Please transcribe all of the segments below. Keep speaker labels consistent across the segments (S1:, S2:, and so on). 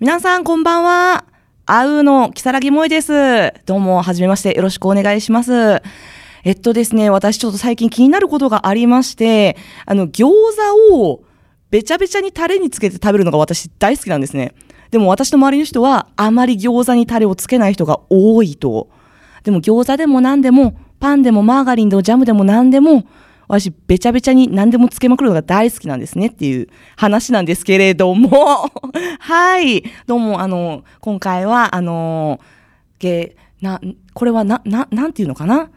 S1: 皆さんこんばんは。あうの木更木萌です。どうも、はじめましてよろしくお願いします。えっとですね、私ちょっと最近気になることがありまして、あの、餃子をべちゃべちゃにタレにつけて食べるのが私大好きなんですね。でも私の周りの人はあまり餃子にタレをつけない人が多いと。でも餃子でも何でも、パンでもマーガリンでもジャムでも何でも、私、べちゃべちゃに何でもつけまくるのが大好きなんですねっていう話なんですけれども。 はい。どうも、あの、今回は、あの、げ、な、これはな、な、なんていうのかな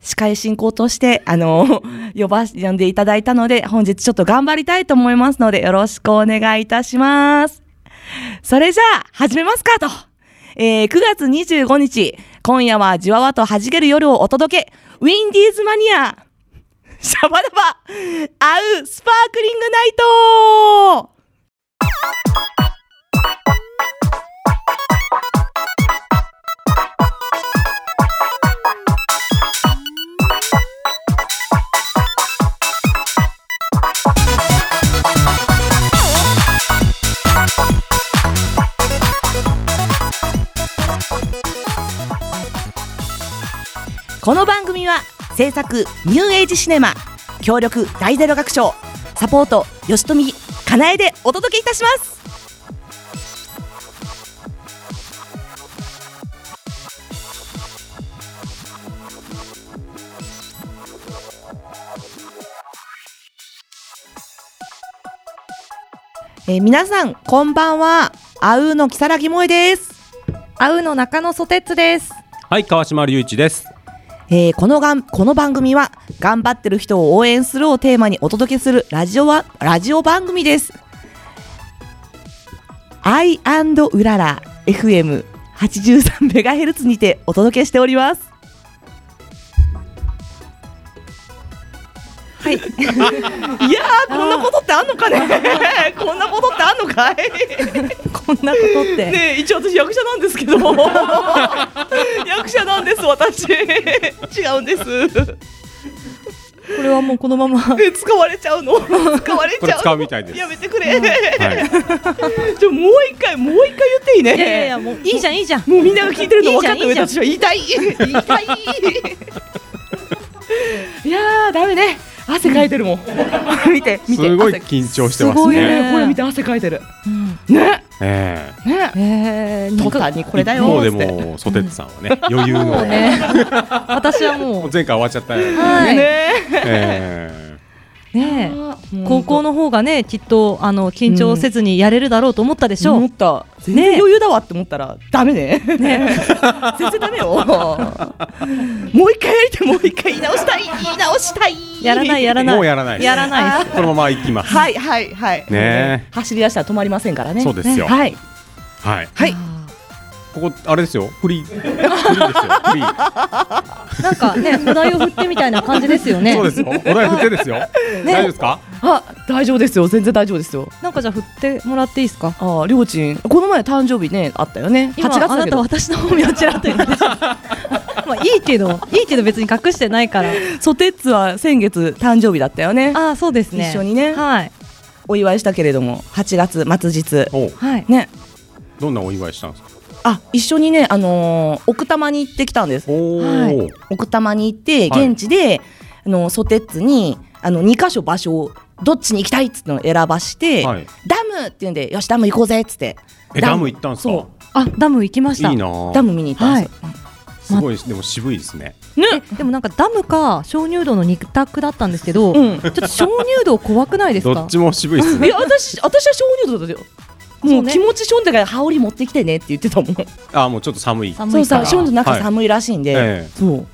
S1: 司会進行として、あの、呼ば、呼んでいただいたので、本日ちょっと頑張りたいと思いますので、よろしくお願いいたします。それじゃあ、始めますかと。えー、9月25日、今夜はじわわと弾ける夜をお届け、ウィンディーズマニア、シャバダバ、アウスパークリングナイトこの番組は制作ニューエイジシネマ協力大ゼロ学賞サポート吉富かなえでお届けいたしますえー、皆さんこんばんはあうの木更木萌です
S2: あうの中野ソテツです。
S3: はい、川島隆一です。
S1: えー、このがんこの番組は頑張ってる人を応援するをテーマにお届けするラジオはラジオ番組です。I& うらら FM 83メガヘルツにてお届けしております。はい。い やーこんなことってあんのかね。 こんなことってあんのかい。
S2: こんなことって。
S1: ねえ一応私役者なんですけど役者なんです私違うんです
S2: これはもうこのまま。
S1: え使われちゃうの使われち
S3: これ
S1: ゃう
S3: 使うみたいです。
S1: や
S3: は
S1: めてくれ、
S3: い、
S1: じゃあもう一回もう一回言っていいね
S2: いやいやいや、もういいじゃん、いいじゃん。
S1: もうみんなが聞いてるの分かった
S2: いい
S1: 上
S2: じゃん
S1: で私は言いたい言いたいいやーダメね汗かいてるもん見て見て
S3: すごい
S1: 汗
S3: 緊張してます
S1: すごい
S3: ね。
S1: ねほら見て汗かいてる
S2: うん
S1: ね
S3: え
S1: ね
S2: ええ、
S1: 途端にこ
S3: え
S1: れだよ
S3: もうで
S1: つって
S3: も、ソテツさんはね、余裕
S2: もう
S3: の。も
S2: ね。私はも
S3: う前回終わっちゃったよ
S2: う。
S3: ね。
S2: はい。ね
S1: ね
S3: え
S2: え。高
S1: 高校
S2: 校
S1: の
S2: の方がね、きっと、あの、緊張せずにやれるだろうと思ったでしょう。
S1: 思った全然余裕だわって思ったら、ダメね全然ダメよもう一回やりたいもう一回言い直したい言い直したい
S2: やらない、やらない。
S3: もうやらないです
S2: やらないで
S3: このまま行きます。
S1: はいはいはい
S3: ね
S1: 走り出したら止まりませんからね
S3: そうです
S1: ね
S3: よ
S1: はい
S3: はい。
S1: はい
S3: ここ、あれですよ。フリー。フリーですよ。フリー。
S2: す。なんかね、お題を振ってみたいな感じですよね
S3: そう。ですよ。お題振ってですよ。大丈夫ですか。
S1: あ大丈夫ですよ全然大丈夫ですよ
S2: なんかじゃあ振ってもらっていいですか
S1: あありょうちんこの前誕生日ねあったよね8
S2: 今
S1: 月
S2: あ
S1: だ
S2: な
S1: け
S2: た
S1: ど
S2: 私の本名ちらっと言ってたまあいいけど、いいけど別に隠してないから。
S1: ソテッツは先月誕生日だったよね
S2: ああ、そうですね。
S1: 一緒にね
S2: はい。
S1: お祝いしたけれども8月末
S3: おう、
S2: はい。はい
S1: 日ね
S3: どんなお祝いしたんですか。
S1: あ一緒にねあのー奥多摩に行ってきたんです
S3: お
S2: は
S3: お。
S1: 奥多摩に行って
S3: はい
S1: 現地で、あのソテッツにあの2箇所場所をどっちに行きたいっつってのを選ばして、
S3: はい
S1: ダムっていうんでよしダム行こうぜっつって
S3: え、ダム行ったんです
S1: そ
S3: か。
S2: あ、ダム行きました。
S3: いいな
S1: ダ
S3: ぁ。
S1: ム見に行ったんですよ、
S3: すごい、でも渋いですね。
S1: ね
S2: でもなんかダムか鍾乳洞の二択だったんですけど、
S1: う
S2: ちょ
S1: ん
S2: っと鍾乳洞怖くないです
S3: ど
S2: か
S3: っ？ちも渋いです
S1: い
S3: ね。
S1: や私私は鍾乳洞だったよ
S2: そ
S1: も
S2: う
S1: う
S2: ね
S1: 気持ち鍾だから羽織持ってきてねって言ってたもん
S3: あ、もうちょっと寒い。
S1: そ
S2: 寒
S1: う
S2: いか
S1: さ
S2: ら。
S1: 鍾乳洞の中
S3: はい
S1: 寒いらしいんで、
S3: え
S1: そう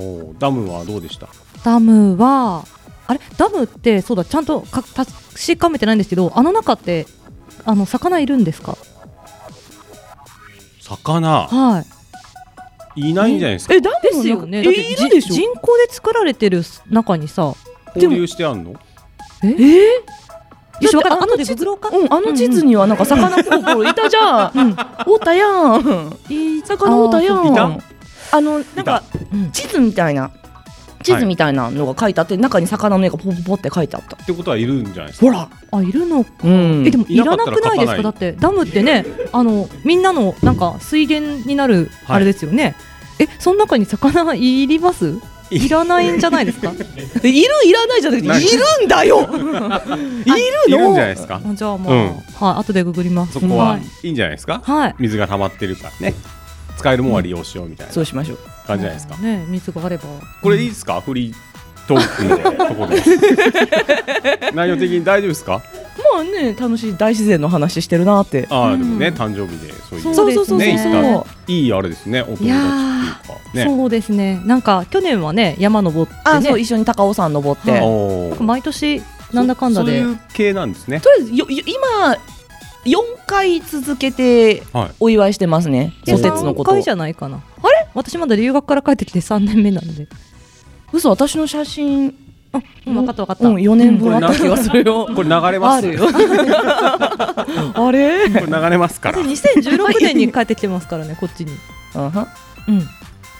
S3: え。おうダムはどうでした。
S2: ダムはあれダムってそうだちゃんとか確かめてないんですけど、あの中ってあの魚いるんですか？
S3: 魚。
S2: はい。
S3: いないんじゃないですか。
S1: えダム
S2: で
S1: の中
S2: すよね。
S1: え
S2: だって
S1: いるでし
S2: じ
S1: ょ
S2: 人工で作られてる中にさ、
S1: でも
S3: 交流してあんの。
S1: え
S2: よし
S1: だっ
S2: わ
S1: て
S2: かっ
S1: あ
S2: た。あ
S1: の
S2: の
S1: 地
S2: 地
S1: 図
S2: 図か。
S1: うんあの地図にはなんか魚コロコロいたじゃん、おったやん
S2: いい
S1: 魚おったや
S3: あー
S1: ん
S3: そ
S1: あのなんか
S2: うん
S1: 地図みたいな地図みたいなのが書いてあって、中に魚の絵がポポポって書いてあった
S3: ってことはいるんじゃないですか
S1: ほら
S4: あいるの
S1: うん
S4: えでもいらなくない
S3: い
S4: で
S3: な
S4: すか
S3: か
S4: だ
S3: っ
S4: ってダムってねあのみんなのなんか水源になる
S3: はい
S4: あれですよね、えその中に魚いります
S3: い
S4: いらないんじゃないですか
S1: えいるいらないじゃなくて
S3: ない
S1: いるんだよいるの
S3: いるんじゃないですか
S4: あじゃあまあ、
S3: うん
S4: はい後でググります
S3: そこは
S4: はい、
S3: いいんじゃないですか
S4: はい
S3: 水が溜まってるからね使えるもんは利用しようみたいな
S1: そ
S3: 感
S1: うしましょう
S3: じじゃないですか
S4: ね水があれば
S3: これいいですかフリートークのところ内容的に大丈夫ですか
S1: まあね楽しい大自然の話してるなって
S3: ああでもね
S4: うん
S3: 誕生日でそういう
S4: そうです
S1: そう
S3: ね
S4: ね
S1: そうそう
S3: 行ったいいあれですねお友達っていうかね
S4: そうですねなんか去年はね山登ってね
S1: あそう一緒に高尾山登って、
S4: はい
S1: と
S3: おー
S4: 毎年なんだかんだで
S3: そうそういう系なんですね
S1: りあえずよよ今4回続けて
S3: は
S1: お祝いしてますね
S4: いや
S1: 蘇鉄のこと
S4: 三回じゃないかなあれ私まだ留学から帰ってきて三年目なので
S1: 嘘私の写真
S4: あうん分かった分かった、
S1: うん4年分あった気がするよ
S3: いこれ流れま
S1: あ
S3: す
S1: るよあれ
S3: これ流れます から
S4: 私2016年に帰ってきてます からね、こっちに。
S1: うんは
S4: うん、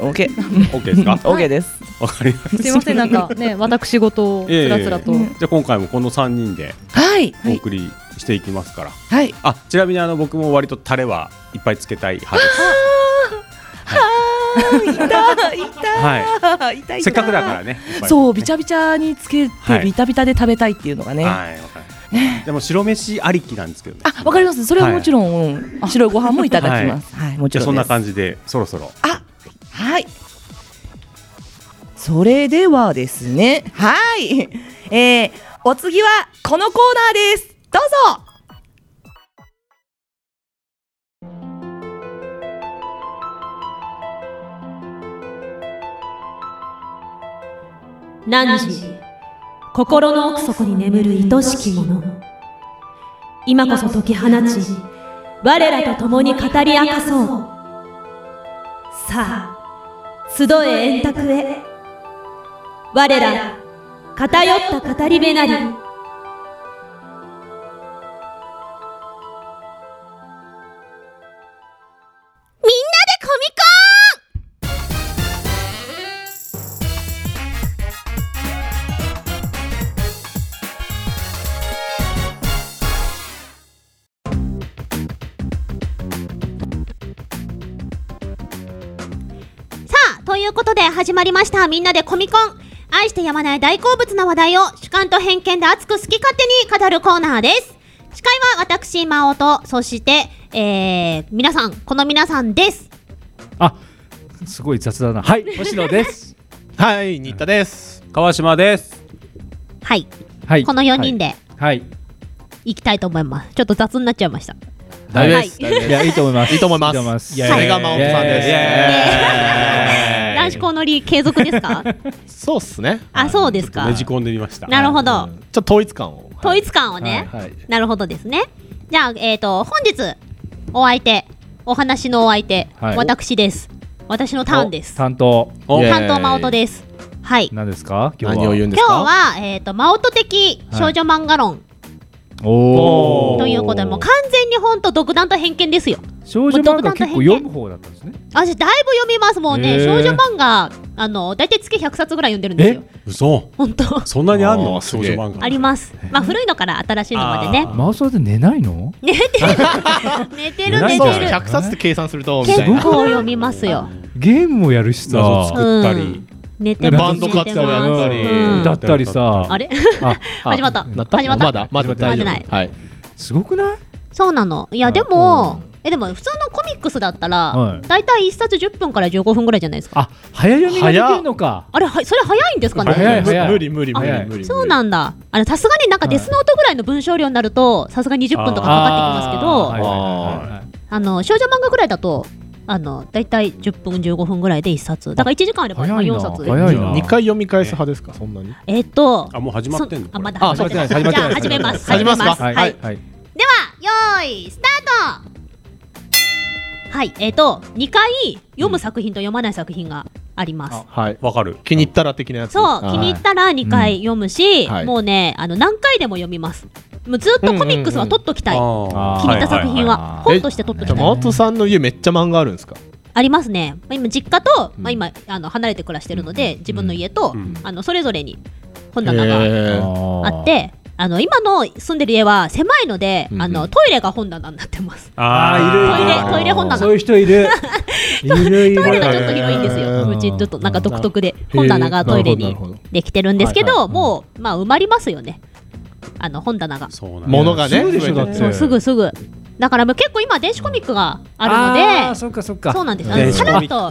S1: オッケー
S3: OK ですか
S1: オッケーです
S3: わかりま した
S4: すいません、なんかね、 私事をつらつらと。
S1: いえいえいえ
S3: じゃあ今回もこの3人で
S1: はいは
S3: お
S1: い
S3: 送りしていきますから
S1: はい
S3: あちなみにあの僕も割とタレはいっぱいつけたい派です
S1: はいたいた、い、たいた
S3: せっかくだからねいっぱい
S1: そうびちゃびちゃにつけて
S3: はい
S1: ビタビタで食べたいっていうのがね、
S3: はいわかりましたでも白飯ありきなんですけどね
S1: あわかりますそれはもちろん、うん白いご飯もいただきますはい、もち
S3: じゃ
S1: ろ
S3: あそ
S1: ん
S3: ん
S1: で
S3: な
S1: す
S3: 感じでそろそろ
S1: あはいそれではですねはいえー、お次はこのコーナーですどうぞ
S5: 何時心の奥底に眠る愛しきもの今こそ解き放ち我らと共に語り明かそうさあ集え円卓へ我ら偏った語り部なり
S6: さあ、ということで始まりました。みんなでコミコン。愛してやまない大好物な話題を主観と偏見で熱く好き勝手に語るコーナーです。司会は私、魔王と、そして、えー、皆さん、この皆さんです。
S7: あ、すごい雑だな。はい、星野です。
S8: はい、新田です。
S3: 川島です
S6: はい。
S7: はい。
S6: この4人。で
S7: はい。
S6: 行きたいと思います。ちょっと雑になっちゃいました。
S7: 大丈夫
S6: は
S7: で
S6: い
S7: す。いや、いいと思います。
S8: いいと思います
S7: ます
S8: それが真央さんです
S7: イエーイ
S6: 男子校のり継続です か
S8: そうっすね。
S6: あ、そうですか。
S3: ねじ込んでみました
S6: なるほ
S8: う
S6: ど
S8: ん。ちょっと統一感を。
S6: 統一感をね。
S7: はいはい
S6: なるほどですね。じゃあ、えっ、と、本日、お相手、お話のお相手、
S7: はい
S6: 私です。私のターンです。
S7: 担当。
S8: おイエーイ
S6: 担当マオトです。はい。
S7: 何ですか今日は。
S8: 何を言うんです
S6: 今
S8: か。
S6: 日は、えっ、と、マオト的少女漫画論
S7: おお。
S6: ということで、もう完全に本当独断と偏見ですよ。
S7: 少女漫画結構読む方だったんですね。
S6: 私、だいぶ読みます。もうね、
S7: へー
S6: 少女漫画、あの、大体月100冊ぐらい読んでるんですよ。
S3: 嘘
S6: 本 当
S3: そんなにあんの
S8: あー
S3: 少
S8: す
S3: 女
S8: げえ
S3: 漫画
S6: あります。まあ、古いのから新しいのまでね。
S7: マウスで寝ないの？
S6: 寝てる、
S3: 偉
S6: 寝
S3: いじゃ
S6: て
S3: ん
S6: る。
S8: 百冊って計算するとみ
S6: 結
S8: たいな。
S6: 構読みますよ。
S7: ゲームもやるしさ。
S3: 謎作ったり
S6: 寝てます。
S8: バンド活動や
S6: 寝てます
S8: ったり
S6: うん
S7: 歌ったりさ。
S6: あれ
S7: あ、
S8: あ
S6: 始まった
S8: なった。
S6: 始まった
S8: まだまだ大丈
S6: 始
S8: 夫。
S6: まって
S8: はい。
S7: すごくない？
S6: そうなの。いや、でも、え、でも普通のコミックスだったら
S7: は、い
S6: 大体1冊10分から15分ぐらいじゃないですか。
S7: あ、早読みができるのか。
S6: あれ、はそれ早いんですかね
S7: 早い早い
S8: 無理無理無
S7: 早
S8: 理
S7: い
S8: 無理。。
S6: そうなんんだ。あのさすがになんかデスノートぐらいの文章量になるとさすがに20分とかかかってきますけど、あ,、
S7: あーはいはいはいはい
S6: の少女漫画ぐらいだとあのだいたい10分15分ぐらいで1冊。だから1時間あればまあ
S7: 早いな
S6: 4冊。
S7: 早いな
S8: 二回読み返す派ですかそんなに。
S6: えっと、
S3: あもう始まってんの
S6: そあまだ
S8: あ
S6: 始まってない。
S7: 始まってな
S6: じゃ
S7: い
S6: あ始めます。
S8: 始めますか
S6: はい。
S7: はいはい。
S6: ではよーいスタート。はい。えっと2回読む作品と読まない作品があります。
S8: はい。
S3: わかる
S8: 気に入ったら的なやつ。
S6: そう、
S8: はい
S6: 気に入ったら2回読むし、
S8: うんはい
S6: もうね、あの何回でも読みます。もうずっとコミックスは取っときたい。
S3: あー
S7: 気
S6: 気に入った作品
S3: いいい
S6: は本として取っとき
S8: じゃあ
S6: たい。
S8: マオトさんの家めっちゃ漫画あるんですか。
S6: ありますね、まあ、今実家と、
S7: うん
S6: まあ、今あの離れて暮らしてるので、自分の家と、
S3: うん
S6: あのそれぞれに本棚が
S8: えー
S7: あ
S6: あってあの今の住んでる家は狭いので、
S7: うんうん
S6: あのトイレが本棚になってます
S3: あ
S6: トイ
S3: ーいるい
S6: レトイレ本棚
S7: そういう人 いるいるいる
S6: トイレがちょっと広いんです
S8: へ
S6: よ、
S8: ー
S6: うちちょっとなんか独特で本棚がトイレ
S8: な
S6: に
S8: るほどなるほ
S6: できてるんですけど、
S7: はいはい
S6: もう、まあ、埋まりますよねあの本棚が
S3: そうなんだ
S8: 物がね
S7: そうでしょだって
S6: そうすぐすぐだからもう結構今電子コミックがある
S7: あー
S6: ので
S7: そっかそっか
S6: そうなんです
S3: 電
S6: よ
S3: 子コミック
S6: た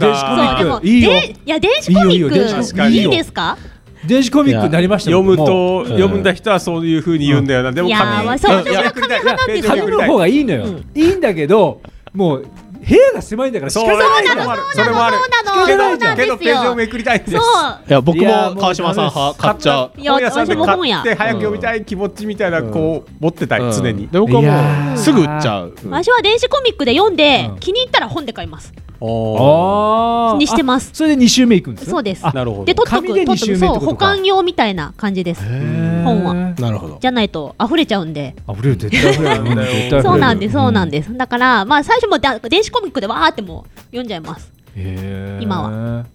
S3: 電子コミック
S6: だとそうでも
S7: いいよ
S6: でいや電子コミ
S7: いいよいいよ電
S3: 子コ
S6: ッ
S3: ミッ
S6: ク
S3: ク
S6: いいですか
S7: 電子コミックになりました
S3: 読む
S7: も
S3: と
S7: う
S3: 読んだ人はそういう風に言うんだよな、でも
S6: いやー
S3: 紙
S6: そう
S3: ページめくりたい
S6: 私も紙派なんですよ
S3: ページめくり
S7: 紙の
S3: たい
S7: 方がいいのよ、
S6: うん
S7: いいんだけどもう部屋が狭いんだから仕
S3: そう
S7: 方ない
S6: そう
S7: の
S6: な
S7: よ
S6: の
S3: それもある
S6: そうなのそうなんですよ
S3: けどページをめくりたいんです
S6: そう
S8: いや僕
S7: いや
S8: も
S7: もう
S8: 川島さん派買っちゃう。
S6: いや
S3: 本屋さんで
S6: 私も本
S3: 買
S6: 屋
S3: って早く読みたい気持ちみたいなこう持ってたい常に
S8: で僕
S7: いや
S8: はも
S7: ー
S8: うすぐ売っちゃう。
S6: 私は電子コミックで読んで、
S7: うん
S6: 気に入ったら本で買います
S3: おー
S7: あー
S6: にしてます
S7: あそれで二週目行くんですね
S6: そうです
S7: あ
S3: なるほど
S6: で取っとく
S7: 紙
S6: 取
S7: で
S6: っと
S7: 二
S6: く
S7: 周目
S6: そう
S7: ってこ
S6: 保
S7: とか
S6: 管用みたいな感じです本は
S8: なるほど。
S6: じゃないと溢れちゃうんで
S7: あ俺絶対溢れる
S3: うん
S7: 絶対溢れる
S6: そうなんですそうなん
S7: す、
S6: です、だからまあ最初もだ電子コミックでわーってもう読んじゃいます
S7: へー
S6: 今
S7: は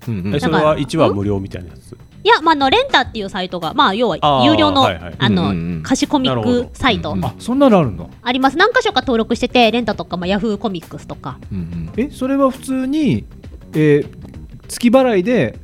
S8: うんうん
S3: えそれは1話無料みたいなやつ
S6: いや、まあ、あのレンタっていうサイトが、まあ、要は
S3: あー
S6: 有料の
S3: はいはい
S6: あの、
S8: うんうんうん
S6: 貸しコミックサイト
S7: あそんなのあるんだ、
S6: あります何箇所か登録しててレンタとか、まあ、ヤフーコミックスとか
S7: えそれは普通に、えー、月払いで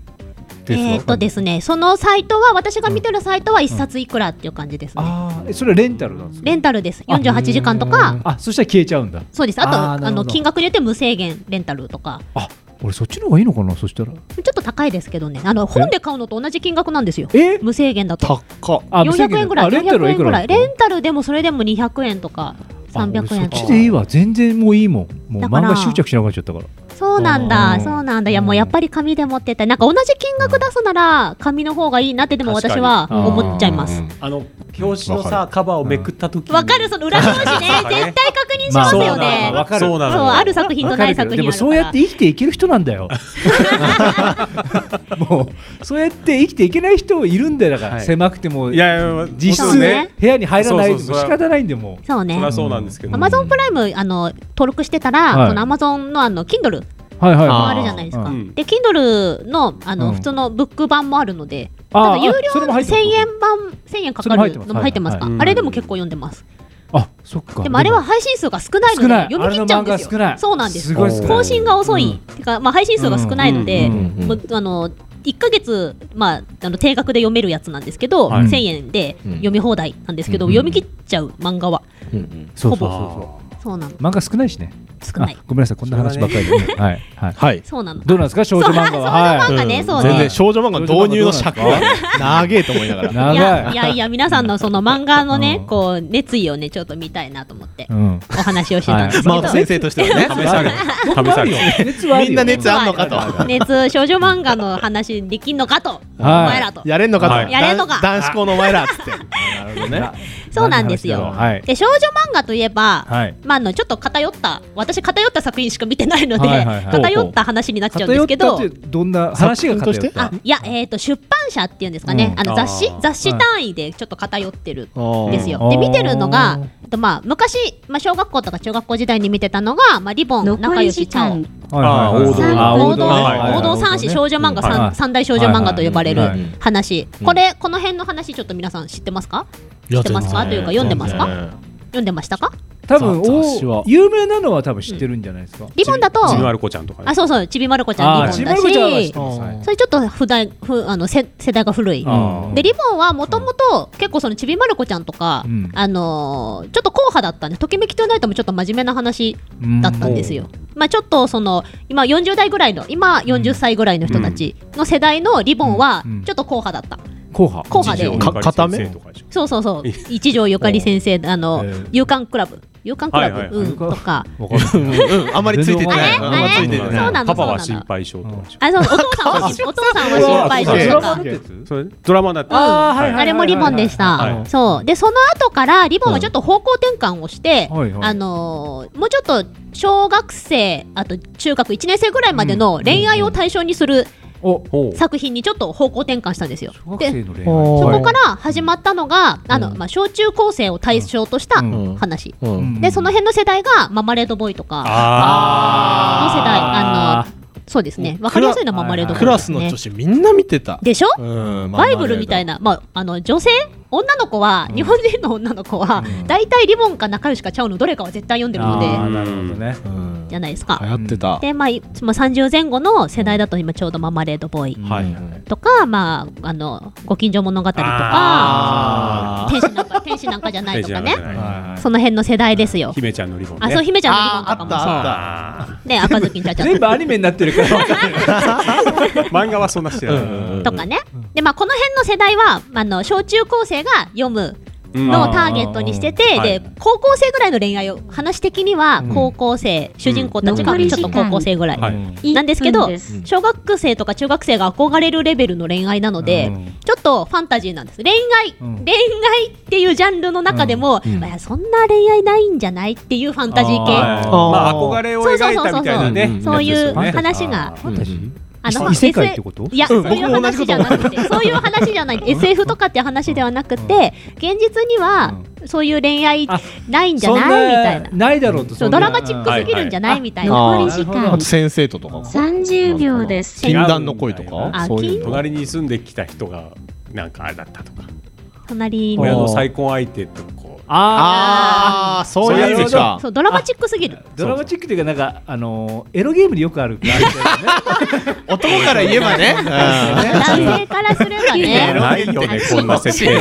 S6: えー、っとですねそのサイトは私が見てるサイトは1冊いくらっていう感じですね、
S7: あーえそれはレンタルなんですか
S6: レンタルです48時間とか
S7: あそしたら消えちゃうんだ
S6: そうですあと
S7: あー
S6: あ
S7: なるほ
S6: の
S7: ど
S6: 金額によって無制限レンタルとか
S7: あ俺そっちの方がいいのかなそしたら
S6: ちょっと高いですけどねあの本で買うのと同じ金額なんですよ
S7: え
S6: 無制限だと
S8: 高っ。
S7: あ無制限
S6: 400円ぐらい
S7: あレンタル
S6: 400
S7: はい
S6: 円
S7: く
S6: ぐ
S7: ら
S6: ら
S7: ないんですか
S6: レンタルでもそれでも200円とか300円
S7: あ俺
S6: と
S7: そっ
S6: か
S7: ちでいいわ全然もういいもんもう
S6: だか
S7: 漫
S6: ら
S7: 画執着しなくなっちゃったから
S6: そうなん
S7: あ
S6: だ、
S7: ー
S6: そうなんだ。いや、もううんやっぱり紙で持ってたい。なんか同じ金額出すなら、紙の方がいいなってでも私は
S7: 確かに
S6: 思っちゃいます。
S3: あの表紙のさカバーをめくった時に
S6: わかる、その裏表紙ね、
S3: そう
S6: 絶
S3: か
S6: 対
S3: ね
S6: 確認しますよね。
S3: まあそうなの
S6: そう、ある作品とない作
S7: で
S6: 品ある
S7: も
S6: か
S7: そうやっ
S6: ら
S7: て。生きていける人なんだ よもうそうやって生きていけない人いるんだよだから、
S3: はい
S7: 狭くても
S3: いやいや
S7: 実
S6: そう
S7: 質、
S6: ね
S7: 部屋に入らない
S3: そう
S7: と
S3: そう
S7: も
S3: そう
S7: 仕方ないんでもう
S6: そう
S3: そ
S6: ね
S3: り。ゃそうなんですけど
S6: アマゾンプライム、あの、登録してたら、
S7: はい
S6: そのアマゾンの、あの、Kindle も
S7: はいはい
S6: あ
S8: あー
S6: るじゃないですか。
S3: うん
S6: で、Kindle の、あの、
S7: うん
S6: 普通のブック版もあるので、
S7: あー
S6: ただ有料
S7: あそれも入って
S6: 1000
S7: ます
S6: 円版、1000円かかるのも入ってますか
S7: それも入ってますはい
S3: はい
S6: あれでも結構読んでます。
S7: あそっか
S6: でもあれは配信数が少ないの
S7: 少
S6: で、
S7: ない
S6: 読み切っちゃうんです
S7: あれの漫画少な
S6: よ。
S7: い
S6: そうなんです。
S7: ごい少ない
S6: 更新が遅い、てかまあ、配信数が少ないので、
S3: うん
S8: うんうん
S6: もうあの1ヶ月、まあ、あの定額で読めるやつなんですけど、
S7: はい
S6: 1000円で読み放題なんですけど、
S8: うん
S6: 読み切っちゃう漫画は
S8: うんうん
S7: そう
S6: ほ
S7: そう
S6: ぼ
S7: そ
S6: そうなの
S7: う漫画少ないしね
S6: 少ない
S7: あごめんなさいこんな話ばっかりで、ね、はいはい
S8: はい。
S6: そうなの
S7: どうなんですか少女漫
S6: そ
S7: 画
S6: う
S7: は
S6: 少女漫画ね
S7: はい
S6: そうね
S8: 全然少女漫画導入の尺がね長えと思いながら。
S6: い
S7: 長
S6: や
S7: い
S6: いやいや皆さんのその漫画のね、
S7: うん
S6: こう熱意をねちょっと見たいなと思って
S7: うん
S6: お話をしてたんですけど、
S8: マート先生としては ね。
S3: 試さ れる試される
S7: 熱はあるよ
S8: みんな熱あんのかと。
S6: 熱少女漫画の話できんのかと、お前らと
S8: やれんのかと。
S3: はい
S6: やれんのか
S8: 男子校のお前らっつって。なるほどね。
S6: そうなんですよ、
S7: 何の話だろうはい
S6: で少女漫画といえば、
S7: はい
S6: まあ、あのちょっと偏った私偏った作品しか見てないので、
S7: はいはいはい
S6: 偏った話になっちゃうんで
S7: 偏
S6: す
S7: っ
S6: け
S7: た
S6: ど
S7: ってどんな話が偏っ
S8: 作
S7: た
S6: いや、えー、と出版社っていうんですかね、
S7: うん
S6: あの
S3: あー
S6: 雑誌雑誌単位でちょっと偏ってるんですよ。
S7: うん
S6: で見てるのが
S7: あー
S6: えっとまあ、昔、まあ、小学校とか中学校時代に見てたのが「まあ、リボン」「仲良しチャオ」
S3: あー王道
S6: 三
S3: あ
S7: あー
S6: 王
S7: 王道
S6: 道
S7: ね
S3: はい
S6: 王道三
S7: は
S6: 子
S7: い
S6: 少女漫画
S7: は
S6: 三
S7: い
S6: 三大少女漫画と呼ばれる
S7: はいはいはい
S6: 話これこの辺の話ちょっと皆さん知ってますか知ってますかというか読んでますか読んでましたか
S7: 多分
S8: 雑雑誌は
S7: お有名なのは多分知ってるんじゃないですか
S6: リボンだと
S3: ちびまる子ちゃんとかね
S6: あそうそうちびまる子ちゃん
S7: あー
S6: リ
S7: ち
S6: ボ
S7: び
S6: ンだ
S7: まる子ちゃんは知っ
S6: して
S7: ますはい
S6: それちょっと普段ふあのせ世代が古い
S7: あー
S6: でリボンはもともと結構そのちびまる子ちゃんとか、
S7: うん
S6: あのーちょっと硬派だったんでときめきトゥナイトもちょっと真面目な話だったんですよ。まあちょっとその今40代ぐらいの今40歳ぐらいの人たちの世代のリボンは
S7: うん
S6: ちょっと硬派だった。
S7: 後派
S6: 硬派で、
S8: か固め
S6: そうそうそう一条ゆかり先生あの
S7: えー
S6: 勇敢クラブ勇敢クラブ、
S3: はいはい
S6: うんとか。
S8: うんうんあんまりついてってない。
S6: あれ
S8: あんまついてって
S6: あれそう
S8: ない。
S6: なの
S3: パパは心配性とか
S6: あそうお父さん はお父さんは心配性
S7: ド
S6: と
S7: ラマ
S6: か
S7: のやつ
S3: それドラマだった
S7: あーはいはいはいはい
S6: あれもリボンでした、
S3: はいはい
S6: そうでその後からリボンはちょっと方向転換をして、
S7: はいはい
S6: あのーもうちょっと小学生あと中学1年生ぐらいまでの恋愛を対象にする
S7: お
S3: ほう
S6: 作品にちょっと方向転換したんですよ
S7: 小。学
S6: で
S7: 生の恋愛
S6: そ
S8: はい
S6: こから始まったのがあの、まあ、小中高生を対象とした
S7: うん
S6: 話、
S8: うん
S7: うん
S6: でその辺の世代がママレードボーイとかの世代
S7: あ
S6: あのそうですね。わかりやすいのはマーマレード
S8: クラスの女子みんな見てた。
S6: でしょ
S8: うん
S6: バイブルみたい。な、まあ、あの女性女の子は、日本人の女の子は、大体リボンか仲良しかちゃうのどれかは絶対読んでるの
S7: あ
S6: で
S7: ーなるほどね。
S8: マーマレードうん
S6: じゃないですか
S8: 流。行ってた。
S6: でまあ、いまあ30前後の世代だと今ちょうどママレードボーイ
S8: はい。
S6: とか、まあ、あのご近所物語とか
S8: あー
S6: 天使なんか天使なんかじゃないとかね
S8: はい
S6: その辺の世代ですよ。
S3: 姫ちゃんのリボンね。
S6: あそう姫ちゃんのリボンと
S8: あー
S6: か
S8: あっ
S6: もそう
S8: たあっ
S6: ね赤ずきんちゃんちゃん
S7: 全部アニメになってるから分かる。
S3: 漫画はそんなして
S8: た
S3: ない。
S8: うん。
S6: とかね。でまあこの辺の世代はあの小中高生が読む
S3: うん
S6: のをターゲットにしてて、
S3: うん
S6: で高校生ぐらいの恋愛を話的には高校生、主人公たちが
S2: うん
S6: ちょっと高校生ぐらい、
S3: はい
S6: なんですけ
S2: い
S6: ど
S2: いんです
S6: 小学生とか中学生が憧れるレベルの恋愛なので、ちょっとファンタジーなんです恋愛、
S7: うん
S6: 恋愛っていうジャンルの中でも、
S8: うん
S6: まあ、そんな恋愛ないんじゃないっていうファンタジー系
S3: あーまあ憧れを描いたみたいなね。
S6: そういう
S7: ファンタジー
S6: 話が
S7: ファンタジー
S6: あの
S7: 異世界ってこと
S6: いや、
S8: うん
S6: そういう
S8: 僕も同
S6: 話
S8: じこ
S6: じ
S8: と
S6: ゃ
S8: 思
S6: なくて、そういう話じゃない、SF とかって話ではなくて、現実にはそういう恋愛ないんじゃないみたいな。
S7: ないだろうと。
S6: そうドラマチックすぎるんじゃないみたいな。
S2: 残り時
S8: あ
S2: 間
S8: と先生ととか。
S2: 30秒です
S8: 禁断の恋とか
S6: あ。
S8: そういうの。
S3: 隣に住んできた人がなんかあれだったとか、
S6: 隣
S3: 親
S6: の。
S3: の再婚相手とこう。
S8: ああ、そういうやつか。
S6: そう、ドラマチックすぎる。
S7: ドラマチックっていうかなんかあのエロゲームでよくある。
S8: 男から言えばね。
S6: 男性からすればね。
S3: ないよねこんな設定。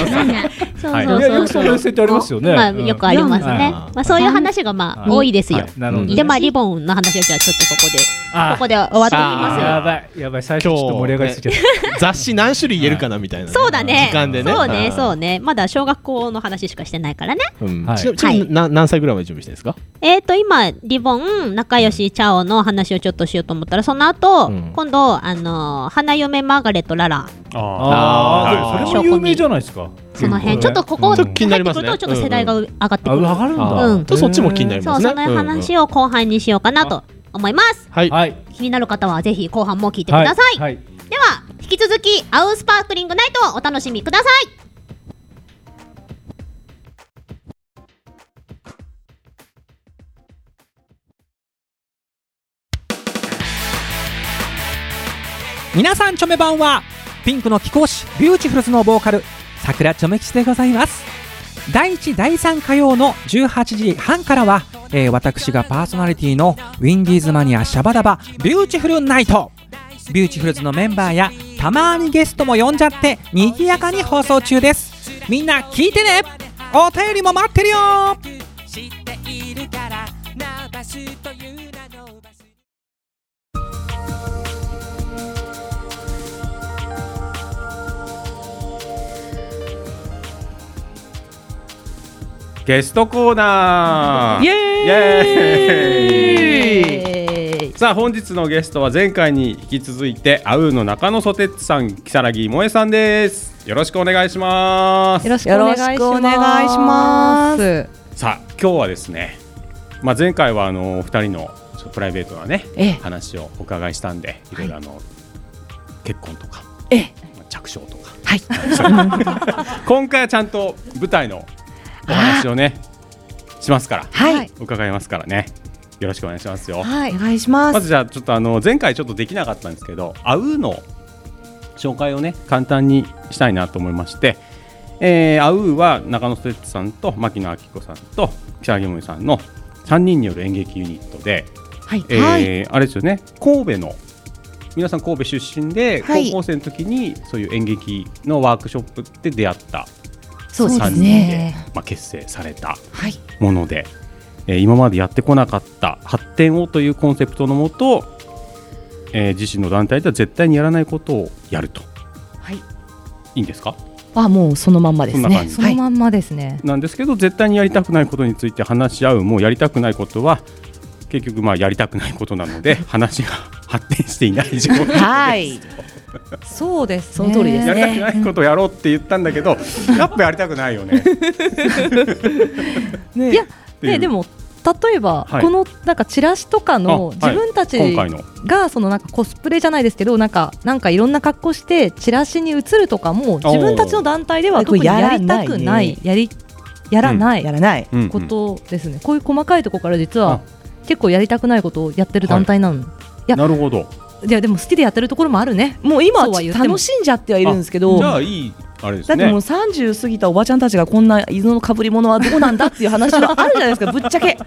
S6: そう
S3: はい
S6: そう
S7: いやよく
S6: そ
S7: そううい
S6: そう
S7: 設定ありますよね。
S6: まあ、よくあります
S7: うん
S6: ね。まあ、そういう話がまあ、多いですよ
S7: は。いなるほどね。
S6: で、まあ、リボンの話はじゃあ、ちょっとここで、
S7: あ
S6: ここで終わってみますよ。
S7: やばいやばい最初ちょっと盛り上がりすぎちゃっ
S8: 雑誌何種類言えるかなみたいな。
S6: そうだね。
S8: 時間でね。。
S6: そうね、そううね。まだ小学校の話しかしてないからね。
S8: うん
S7: はい
S8: ちなちなみにな何歳ぐらいまで準備してるんですか。
S6: えー、と今リボン仲良しチャオの話をちょっとしようと思ったらその後、
S8: うん
S6: 今度、あのー花嫁マーガレット・ララ
S7: た。
S3: あ
S7: あ
S8: あー
S7: あそれも有名じゃないですか。
S6: その辺、
S7: うん
S6: ちょっとここ
S8: ちょっと気になりますね
S6: 入ってくるとちょっと世代が上がってく
S7: あ
S6: る、
S7: わかるんだ。
S6: うん
S8: とそっちも気になり
S6: そ
S8: ま
S6: う
S8: す
S6: そ
S8: ね。
S6: の
S8: うん
S6: 話を後半にしようかなと思います、
S8: はい。
S7: はい。
S6: 気になる方はぜひ後半も聞いてください、
S7: はい。
S6: では引き続きアウスパークリングナイトをお楽しみください
S9: 皆さんチョメ版はピンクの貴公子ビューティフルズのボーカル桜チョメ吉でございます第1第3火曜の18時半からは、えー私がパーソナリティのウィンディーズマニアシャバダバビューティフルナイトビューティフルズのメンバーやたまにゲストも呼んじゃってにぎやかに放送中ですみんな聞いてねお便りも待ってるよ
S3: ゲストコーナー。
S4: イエーイ
S3: イエーイさあ本日のゲストは前回に引き続いてアウーの中野ソテツさん、木更木萌さんです。よろしくお願いします
S4: よ。ろしくお願いしま
S1: よ
S4: す
S1: ろしくお願いします
S3: さあ今日はですね、まあ、前回はあのお二人のちょっとプライベートなね、
S1: ええ
S3: 話をお伺いしたんでいろいろあの、結婚とか、
S1: ええ
S3: 着床とか、
S1: はい
S3: 今回はちゃんと舞台のお話をねしますから
S1: はい
S3: 伺いますからねよろしくお願いしますよ。
S1: はいお願いしま
S3: ますずじゃあちょっとあの前回ちょっとできなかったんですけどアウーの紹介をね簡単にしたいなと思いまして、えー、アウーは中野哲さんと牧野明子さんと北木萌さんの3人による演劇ユニットで、
S1: はい
S3: えー
S1: はい
S3: あれですよね神戸の皆さん神戸出身で、
S1: はい
S3: 高校生の時にそういう演劇のワークショップで出会った
S1: そうで
S3: 3
S1: す
S3: 人で、
S1: ね
S3: まあ、結成された
S1: はい
S3: もので、えー今までやってこなかった発展をというコンセプトのもと、えー自身の団体では絶対にやらないことをやると
S1: はい
S3: いいんですか
S1: あもうそのまんまです
S3: そんな感
S1: ね
S3: じ
S4: その
S1: はい
S4: まんまですね、
S3: なんですけど絶対にやりたくないことについて話し合うもうやりたくないことは結局まあやりたくないことなの で話が発展していない 状況です、
S1: はい
S4: そうです
S1: その通りです
S3: や
S1: ね
S3: りたくないことをやろうって言ったんだけ どやっぱやりたくないよね。
S1: ね
S4: いや
S3: ていう
S4: ででも例えば、
S3: はい
S4: このなんかチラシとかの
S3: あはい
S4: 自分たち
S3: 今回の
S4: がそのなんかコスプレじゃないですけどなんかなんかいろんな格好してチラシに映るとかも自分たちの団体では特にやりたくないやりやらな
S1: や
S4: い
S1: らない
S3: うんうん
S4: ことですね、こういう細かいところから実
S3: あ
S4: は結構やりたくないことをやってる団体なの、いや
S3: なるほど。
S2: いやでも好きでやってるところもあるね
S1: もう今は
S2: そうは言っても
S1: 楽しんじゃってはいるんですけど
S3: じゃあいいあれで
S1: だ
S3: す
S1: ってもう
S3: ね
S1: 30過ぎたおばちゃんたちがこんな伊豆のかぶり物はどうなんだっていう話があるじゃないです かぶっちゃけ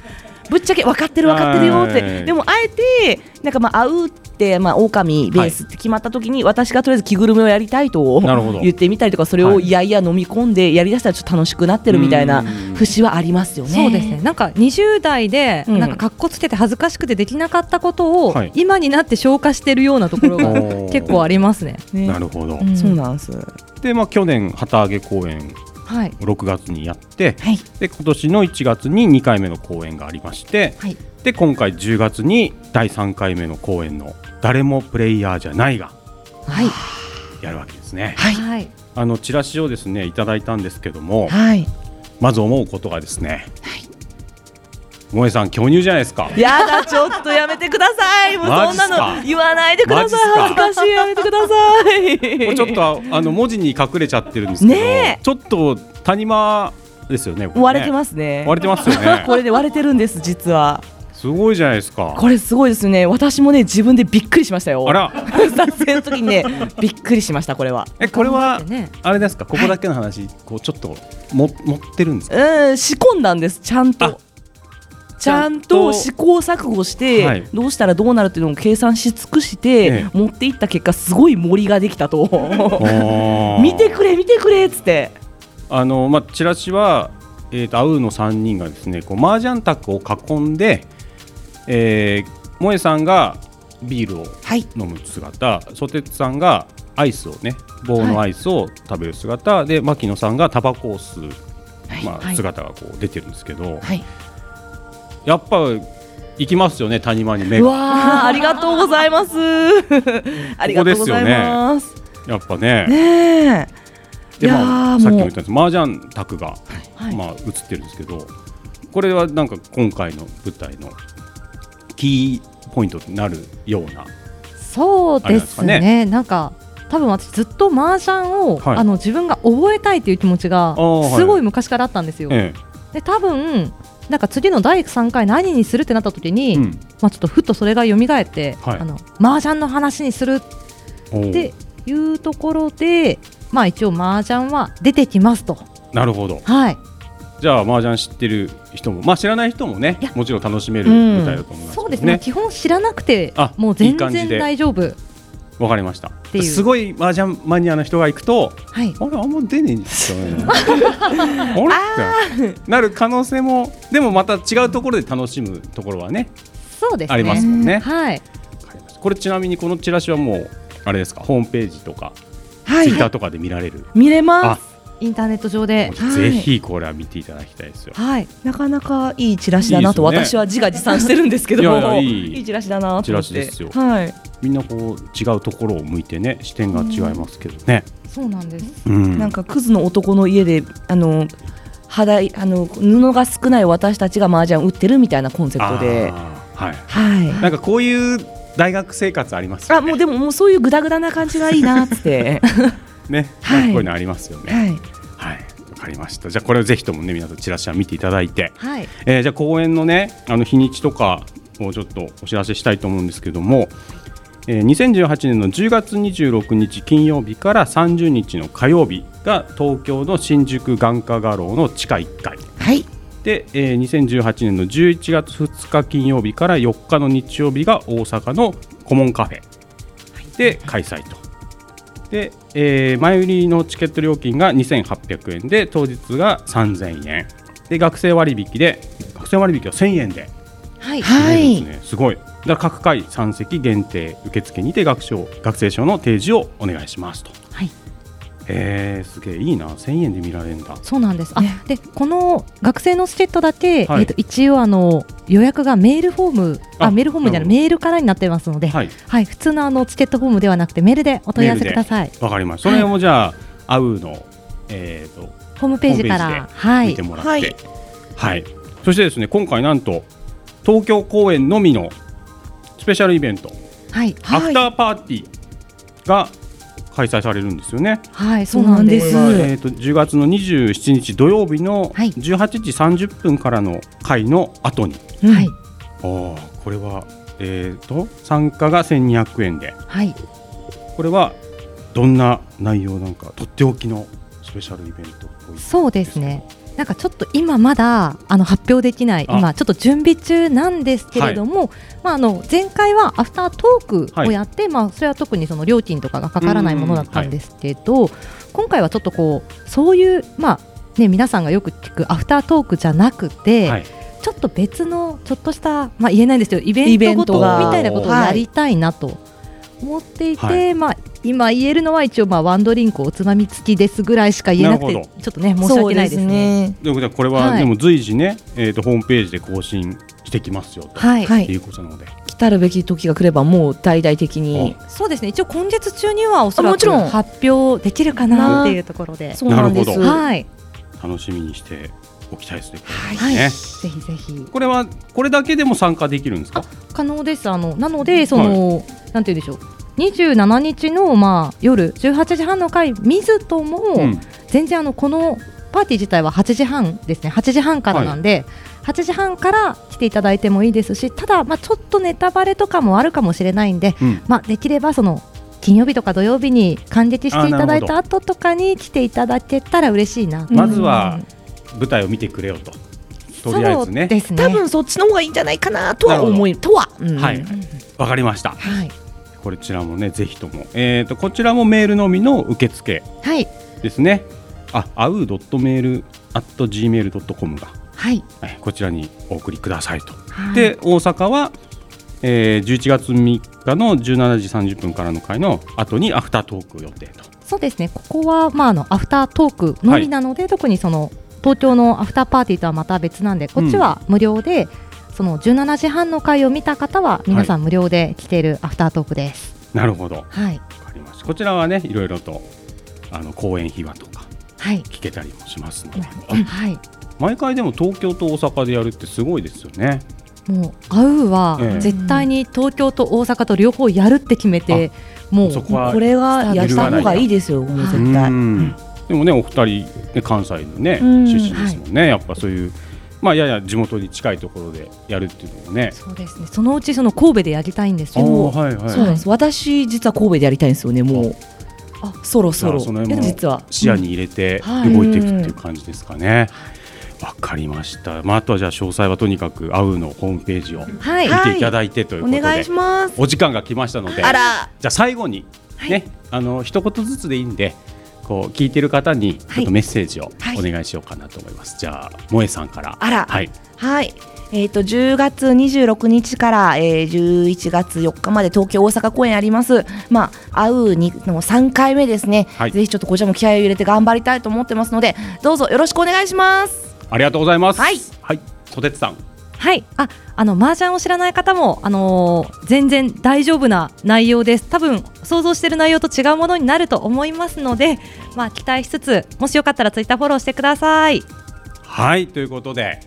S1: ぶっちゃけ分かってる分かってるよっ
S3: はい
S1: てでもあえてなんかまあ会うってまあ狼ベースって決まった時に私がとりあえず着ぐるみをやりたいと
S3: なるほど
S1: 言ってみたりとかそれ
S3: は
S1: を
S3: い
S1: いやいや飲み込んでやりだしたらちょっと楽しくなってるみたいな
S3: うん
S1: 節はありますよね。
S2: そうですねなんか20代で
S1: うん
S2: なんか格好つけて恥ずかしくてできなかったことを
S3: はい
S2: 今になって消化してるようなところ が
S3: おー
S2: 結構ありますね。
S1: ね
S3: なるほど、
S1: そうなんです。
S3: でまあ去年旗揚げ公演
S2: はい、
S3: 6月にやって、
S1: はい
S3: で今年の1月に2回目の公演がありまして、
S2: はい
S3: で今回10月に第3回目の公演の「誰もプレイヤーじゃない」が
S2: はい、
S3: やるわけですね。
S1: はい
S2: はい、
S3: あのチラシをですねいただいたんですけども、
S1: はい。
S3: まず思うことがですね、萌えさん巨乳じゃないですか。
S1: やだちょっとやめてください。もうそ
S3: マ
S1: ん
S3: ジっすか
S1: なの言わないでください。
S3: マジ
S1: 恥
S3: っすか
S1: ずかしいやめてください。
S3: もうちょっとあの文字に隠れちゃってるんですけど、
S1: ねえ
S3: ちょっと谷間ですよね。こね
S1: 割れてますね。
S3: 割れてますよ
S1: こ
S3: ね。
S1: れで 割れてるんです実は。
S3: すごいじゃないですか。
S1: これすごいですね。私もね自分でびっくりしましたよ。
S3: あら、
S1: 撮影の時にねびっくりしましたこれは。
S3: えこれは
S2: ね
S3: あれですか。ここだけの話、こうちょっとも持ってるんですか。
S1: うん仕込んだんですちゃん
S3: あ
S1: と。ちゃんと試行錯誤して、
S3: はい
S1: どうしたらどうなるっていうのを計算し尽くして、
S3: え
S1: 持っていった結果すごい森ができた と見
S3: 見
S1: てくれ見てくれっつって
S3: あの、まあ、チラシは、えー、とアウーの3人がですねこう麻雀卓を囲んで、えー、萌えさんがビールを
S1: はい
S3: 飲む姿、ソテツさんがアイスをね棒のアイスを食べる姿、で牧野さんがタバコを吸う、まあ、姿がこう出てるんですけど、
S1: はい
S3: やっぱ行きますよね谷間に目
S1: う
S3: が
S1: わーありがとうございます ありがとうございます
S3: やっぱね。
S1: ねえ
S3: で
S1: いやー
S3: ま
S1: も
S3: あ、
S1: う
S3: さっきも言ったんです麻雀卓が、
S1: はい
S3: まあ、映ってるんですけどこれはなんか今回の舞台のキーポイントになるような
S2: そう
S3: あれな
S2: で
S3: んです
S2: す
S3: かね
S2: ねなんか多分私ずっと麻雀を、
S3: はい
S2: あの自分が覚えたいという気持ちが
S3: ー
S2: すご
S3: はい
S2: 昔からあったんですよ。
S3: え
S2: で多分なんか次の第3回何にするってなった時
S3: え
S2: に、
S3: うん
S2: まあ、ちょっとふっとそれが蘇って、
S3: はい
S2: あの麻雀の話にする
S3: おう
S2: っていうところで、まあ、一応麻雀は出てきますと、
S3: なるほど
S2: はい、
S3: じゃあ麻雀知ってる人も、まあ、知らない人もね
S2: いや
S3: もちろん楽しめる
S1: うん
S3: 舞台だと思いますけど、ね
S2: そうですね基本知らなくて
S3: あ
S2: もう全
S3: いい感じ
S2: 然
S3: で
S2: 大丈夫
S3: わかりました
S2: ていう
S3: すごい麻雀マニアの人が行くと
S2: はい
S3: あれあんま出ねえんですよねあれってなる可能性もでもまた違うところで楽しむところはね
S2: そうですね
S3: ありますもんね
S2: はい
S3: わかりましたこれちなみにこのチラシはもうあれですかホームページとか
S1: は
S3: ツイッター
S1: い
S3: とかで見られる、
S1: 見れます
S2: インターネット上で
S1: はい
S3: ぜひこれは見ていただきたいですよ。
S2: はい
S1: なかなかいいチラシだなと
S3: いいです
S1: 私
S3: よ
S1: は自画自賛してるんですけど
S3: いやいやいい
S1: チラシだなと思って
S3: チラシですよ
S1: はい
S3: みんなこう違うところを向いてね視点が違いますけどね。
S2: そうなんです
S3: うん
S1: なんかクズの男の家であの肌いあの布が少ない私たちが麻雀打ってるみたいなコンセプトで
S3: あーはい。
S1: はい
S3: なんかこういう大学生活あります
S1: あ
S3: よね。
S1: もうでももうそういうグダグダな感じがいいなっつって
S3: ね、
S1: はい
S3: なんかこういうのありますよね。
S1: はい
S3: はい。わかりました。じゃあこれをぜひともね皆さんチラシは見ていただいて、
S2: はい
S3: えーじゃあ公演のねあの日にちとかをちょっとお知らせしたいと思うんですけども、えー2018年の10月26日金曜日から30日の火曜日が東京の新宿眼科画廊の地下1階
S1: はい
S3: で、えー2018年の11月2日金曜日から4日の日曜日が大阪のコモンカフェで開催と。で、えー前売りのチケット料金が2800円で当日が3000円で学生割引で学生割引は1000円で
S2: はい
S1: は
S3: 見れるん
S1: い
S3: ですねすごいだから各回3席限定受付にて学賞学生証の提示をお願いしますと。
S2: はい
S3: えー、すげえいいな1000円で見られるんだ
S2: そうなんですあ、
S1: ね
S2: でこの学生のチケットだけ、
S3: はい
S2: えー、と一応あの予約がメールフォームあ
S3: あ
S2: メールフォームじゃな
S3: な
S2: い
S3: るほど
S2: メールからになってますので、はい
S3: はい
S2: 普通のあのチケットフォームではなくてメールでお問い合わせ
S3: メー
S2: く
S3: ルで
S2: ださい
S3: わかりましたその辺もじゃあ、アウのえっ、と
S2: ホームページか
S3: ホーム
S2: ら
S3: ペ
S2: は
S3: 見
S2: い
S3: てもらって、は
S1: はいい
S3: そしてですね今回なんと東京公演のみのスペシャルイベント、
S2: はい
S3: アフターパーティーが開催されるんですよね。
S2: はいそうなんで
S1: そう
S2: す
S1: な
S3: こ
S1: ん
S3: れ
S1: で
S3: がえー、と10月の27日土曜日の
S2: はい
S3: 18時30分からの回の後に、
S2: はい
S3: ああこれはえー、と参加が1200円で
S2: はい
S3: これはどんな内容なんかとっておきのスペシャルイベントっぽい
S2: そうですね。なんかちょっと今まだあの発表できない
S3: あ
S2: 今ちょっと準備中なんですけれども、まああの前回はアフタートークをやって、まあそれは特にその料金とかがかからないものだったんですけど、今回はちょっとこうそういうまあね皆さんがよく聞くアフタートークじゃなくて、
S3: はい
S2: ちょっと別のちょっとしたまあ言えないんですけどイベ
S1: イ
S2: ン
S1: ベ
S2: ト
S1: ン
S2: ご
S1: ト
S2: と
S1: が
S2: みたいなことをやりたいなと思っていて、
S3: はい
S2: まあ今言えるのは一応まあワンドリンクおつまみ付きですぐらいしか言えなくて
S3: なるほ
S2: ちょっとね申し訳ないですね。
S3: ということでこれ
S2: は
S3: はいでも随時ね、えー、とホームページで更新してきますよと、、
S2: はい、
S1: はいい、
S3: うことなので
S1: 来たるべき時が来ればもう大々的に
S2: そうですね一応今月中にはおそら
S1: あもち
S2: く
S1: ろん
S2: 発表できるかなっていうところで、
S1: そうなんです
S3: なるほど
S2: はい、
S3: 楽しみにしておきたいですね。
S2: はい
S3: ね
S2: ぜひぜひ
S3: これはこれだけでも参加できるんですか
S2: あ？可能ですあのなのでその、なんて言うんでしょう27日の、まあ、夜18時半の回水とも、
S3: うん、
S2: 全然あのこのパーティー自体は8時半ですね8時半からなんで、8時半から来ていただいてもいいですしただ、まあ、ちょっとネタバレとかもあるかもしれないんで、
S3: うん
S2: まあ、できればその金曜日とか土曜日に感激していただいた後とかに来ていただけたら嬉しいなと
S3: まずは舞台を見てくれよと。とりあえず
S2: そう
S3: ね。
S2: ですね
S1: 多分そっちの方がいいんじゃないかなとは思いとは、うん
S3: はい。わかりました。
S2: はい、
S3: こちらもねぜひとも。えっ、とこちらもメールのみの受付
S2: はい
S3: ですね。あ、あうドットメールアット gmail ドットコムが
S2: はい
S3: はいこちらにお送りくださいと。
S2: はい
S3: で大阪は、えー、11月3日の17時30分からの会の後にアフタートーク予定と。
S2: そうですね、ここは、まあ、あのアフタートークのみなので、特にその東京のアフターパーティーとはまた別なんで、こっちは無料で、その17時半の回を見た方は、皆さん無料で来ているアフタートークです。
S3: なるほど。わ
S2: はい、
S3: かりました。こちらはねいろいろとあの公演秘話とか
S2: はい、
S3: 聞けたりもしますので。
S2: はい、
S3: 毎回でも東京と大阪でやるってすごいですよね。
S2: もう、あうは、
S3: ええ
S2: 絶対に東京と大阪と両方やるって決めて、もう、
S3: そこは
S1: これはやった方がいいですよもう絶対、
S3: うんでもねお二人、ね、関西のね、
S1: うん
S3: 出身ですもんね、やっぱそういう、まあ、やや地元に近いところでやるっていうのもね。
S2: そうですね、そのうちその神戸でやりたいんです
S3: あ
S2: よ。
S3: ーはいはい、
S1: そうなんです私実は神戸でやりたいんですよねもう
S2: あ
S1: そろそろ
S3: じゃあその辺も
S1: 実は
S3: 視野に入れて
S2: はい
S3: 動いていくっていう感じですかね。わ、かりました、まあ、あとはじゃあ詳細はとにかくアウのホームページを見
S2: はい、
S1: は
S3: ていただいてという
S1: お
S3: ことで、
S1: 願いします
S3: お時間が来ましたので。
S1: あら
S3: じゃあ最後に、ね、あの一言ずつでいいんで、こう聞いてる方にちょっとメッセージを
S1: はい
S3: お願いしようかなと思います。じゃあ萌えさんから、
S1: あら
S3: はい、
S1: はい。えっ、と10月26日から、えー、11月4日まで東京大阪公演あります。まあ会うにの3回目ですね、
S3: はい
S1: ぜひちょっとこちらも気合を入れて頑張りたいと思ってますので、どうぞよろしくお願いします。
S3: ありがとうございます。
S1: はい、
S3: はい、ソテツさん、
S2: はい、あ、あの麻雀を知らない方も、あのー全然大丈夫な内容です。多分想像している内容と違うものになると思いますので、まあ期待しつつ、もしよかったらツイッターフォローしてください。
S3: はいということで、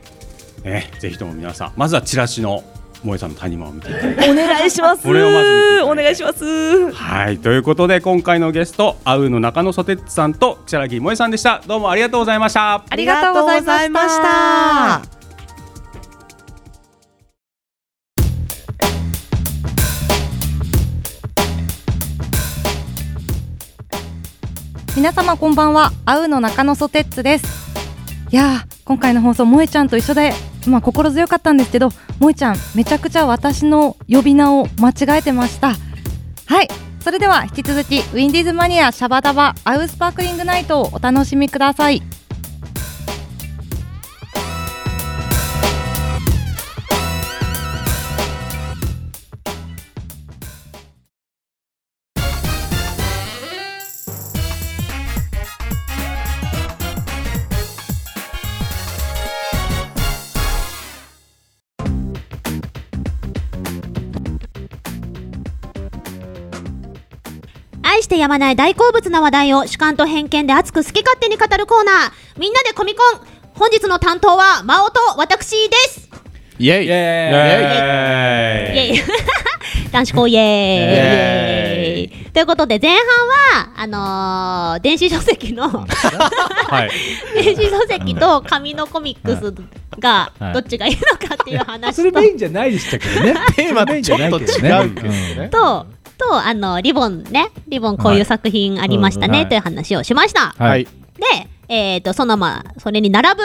S3: ね、ぜひとも皆さん、まずはチラシの萌えさんの谷間を見ていただいて。
S1: お願いします。
S3: これをまず見ていただいて
S1: お願いします。
S3: はいということで今回のゲストアウの中野ソテツさんとチャラギ萌えさんでしたどうもありがとうございました
S2: ありがとうございました
S1: ありがとうございました
S2: 皆様こんばんは、あうの中野ソテッツです。いやー、今回の放送、萌えちゃんと一緒で、まあ心強かったんですけど、萌えちゃん、めちゃくちゃ私の呼び名を間違えてました。はい、それでは引き続き、ウィンディーズマニアシャバダバアウスパークリングナイトをお楽しみください。
S6: 愛してやまない大好物な話題を主観と偏見で熱く好き勝手に語るコーナーみんなでコミコン本日の担当は真央と私です
S8: イエイ
S3: イエーイ
S6: イエイ男子校イエ ーイということで前半はあのー電子書籍の
S3: はい
S6: 電子書籍と紙のコミックスが
S7: はい
S6: どっちがいいのかっていう
S7: そ
S6: 話
S7: れ
S6: と
S7: メインじゃないでしたけ どね
S8: テーマとちょっと違うけどね。
S6: ととあのリボンねリボンこういう作品ありました
S7: は
S6: ね
S7: い
S6: という話をしました。
S7: は
S8: はいい。
S6: で、えー、とそのまあそれに並ぶ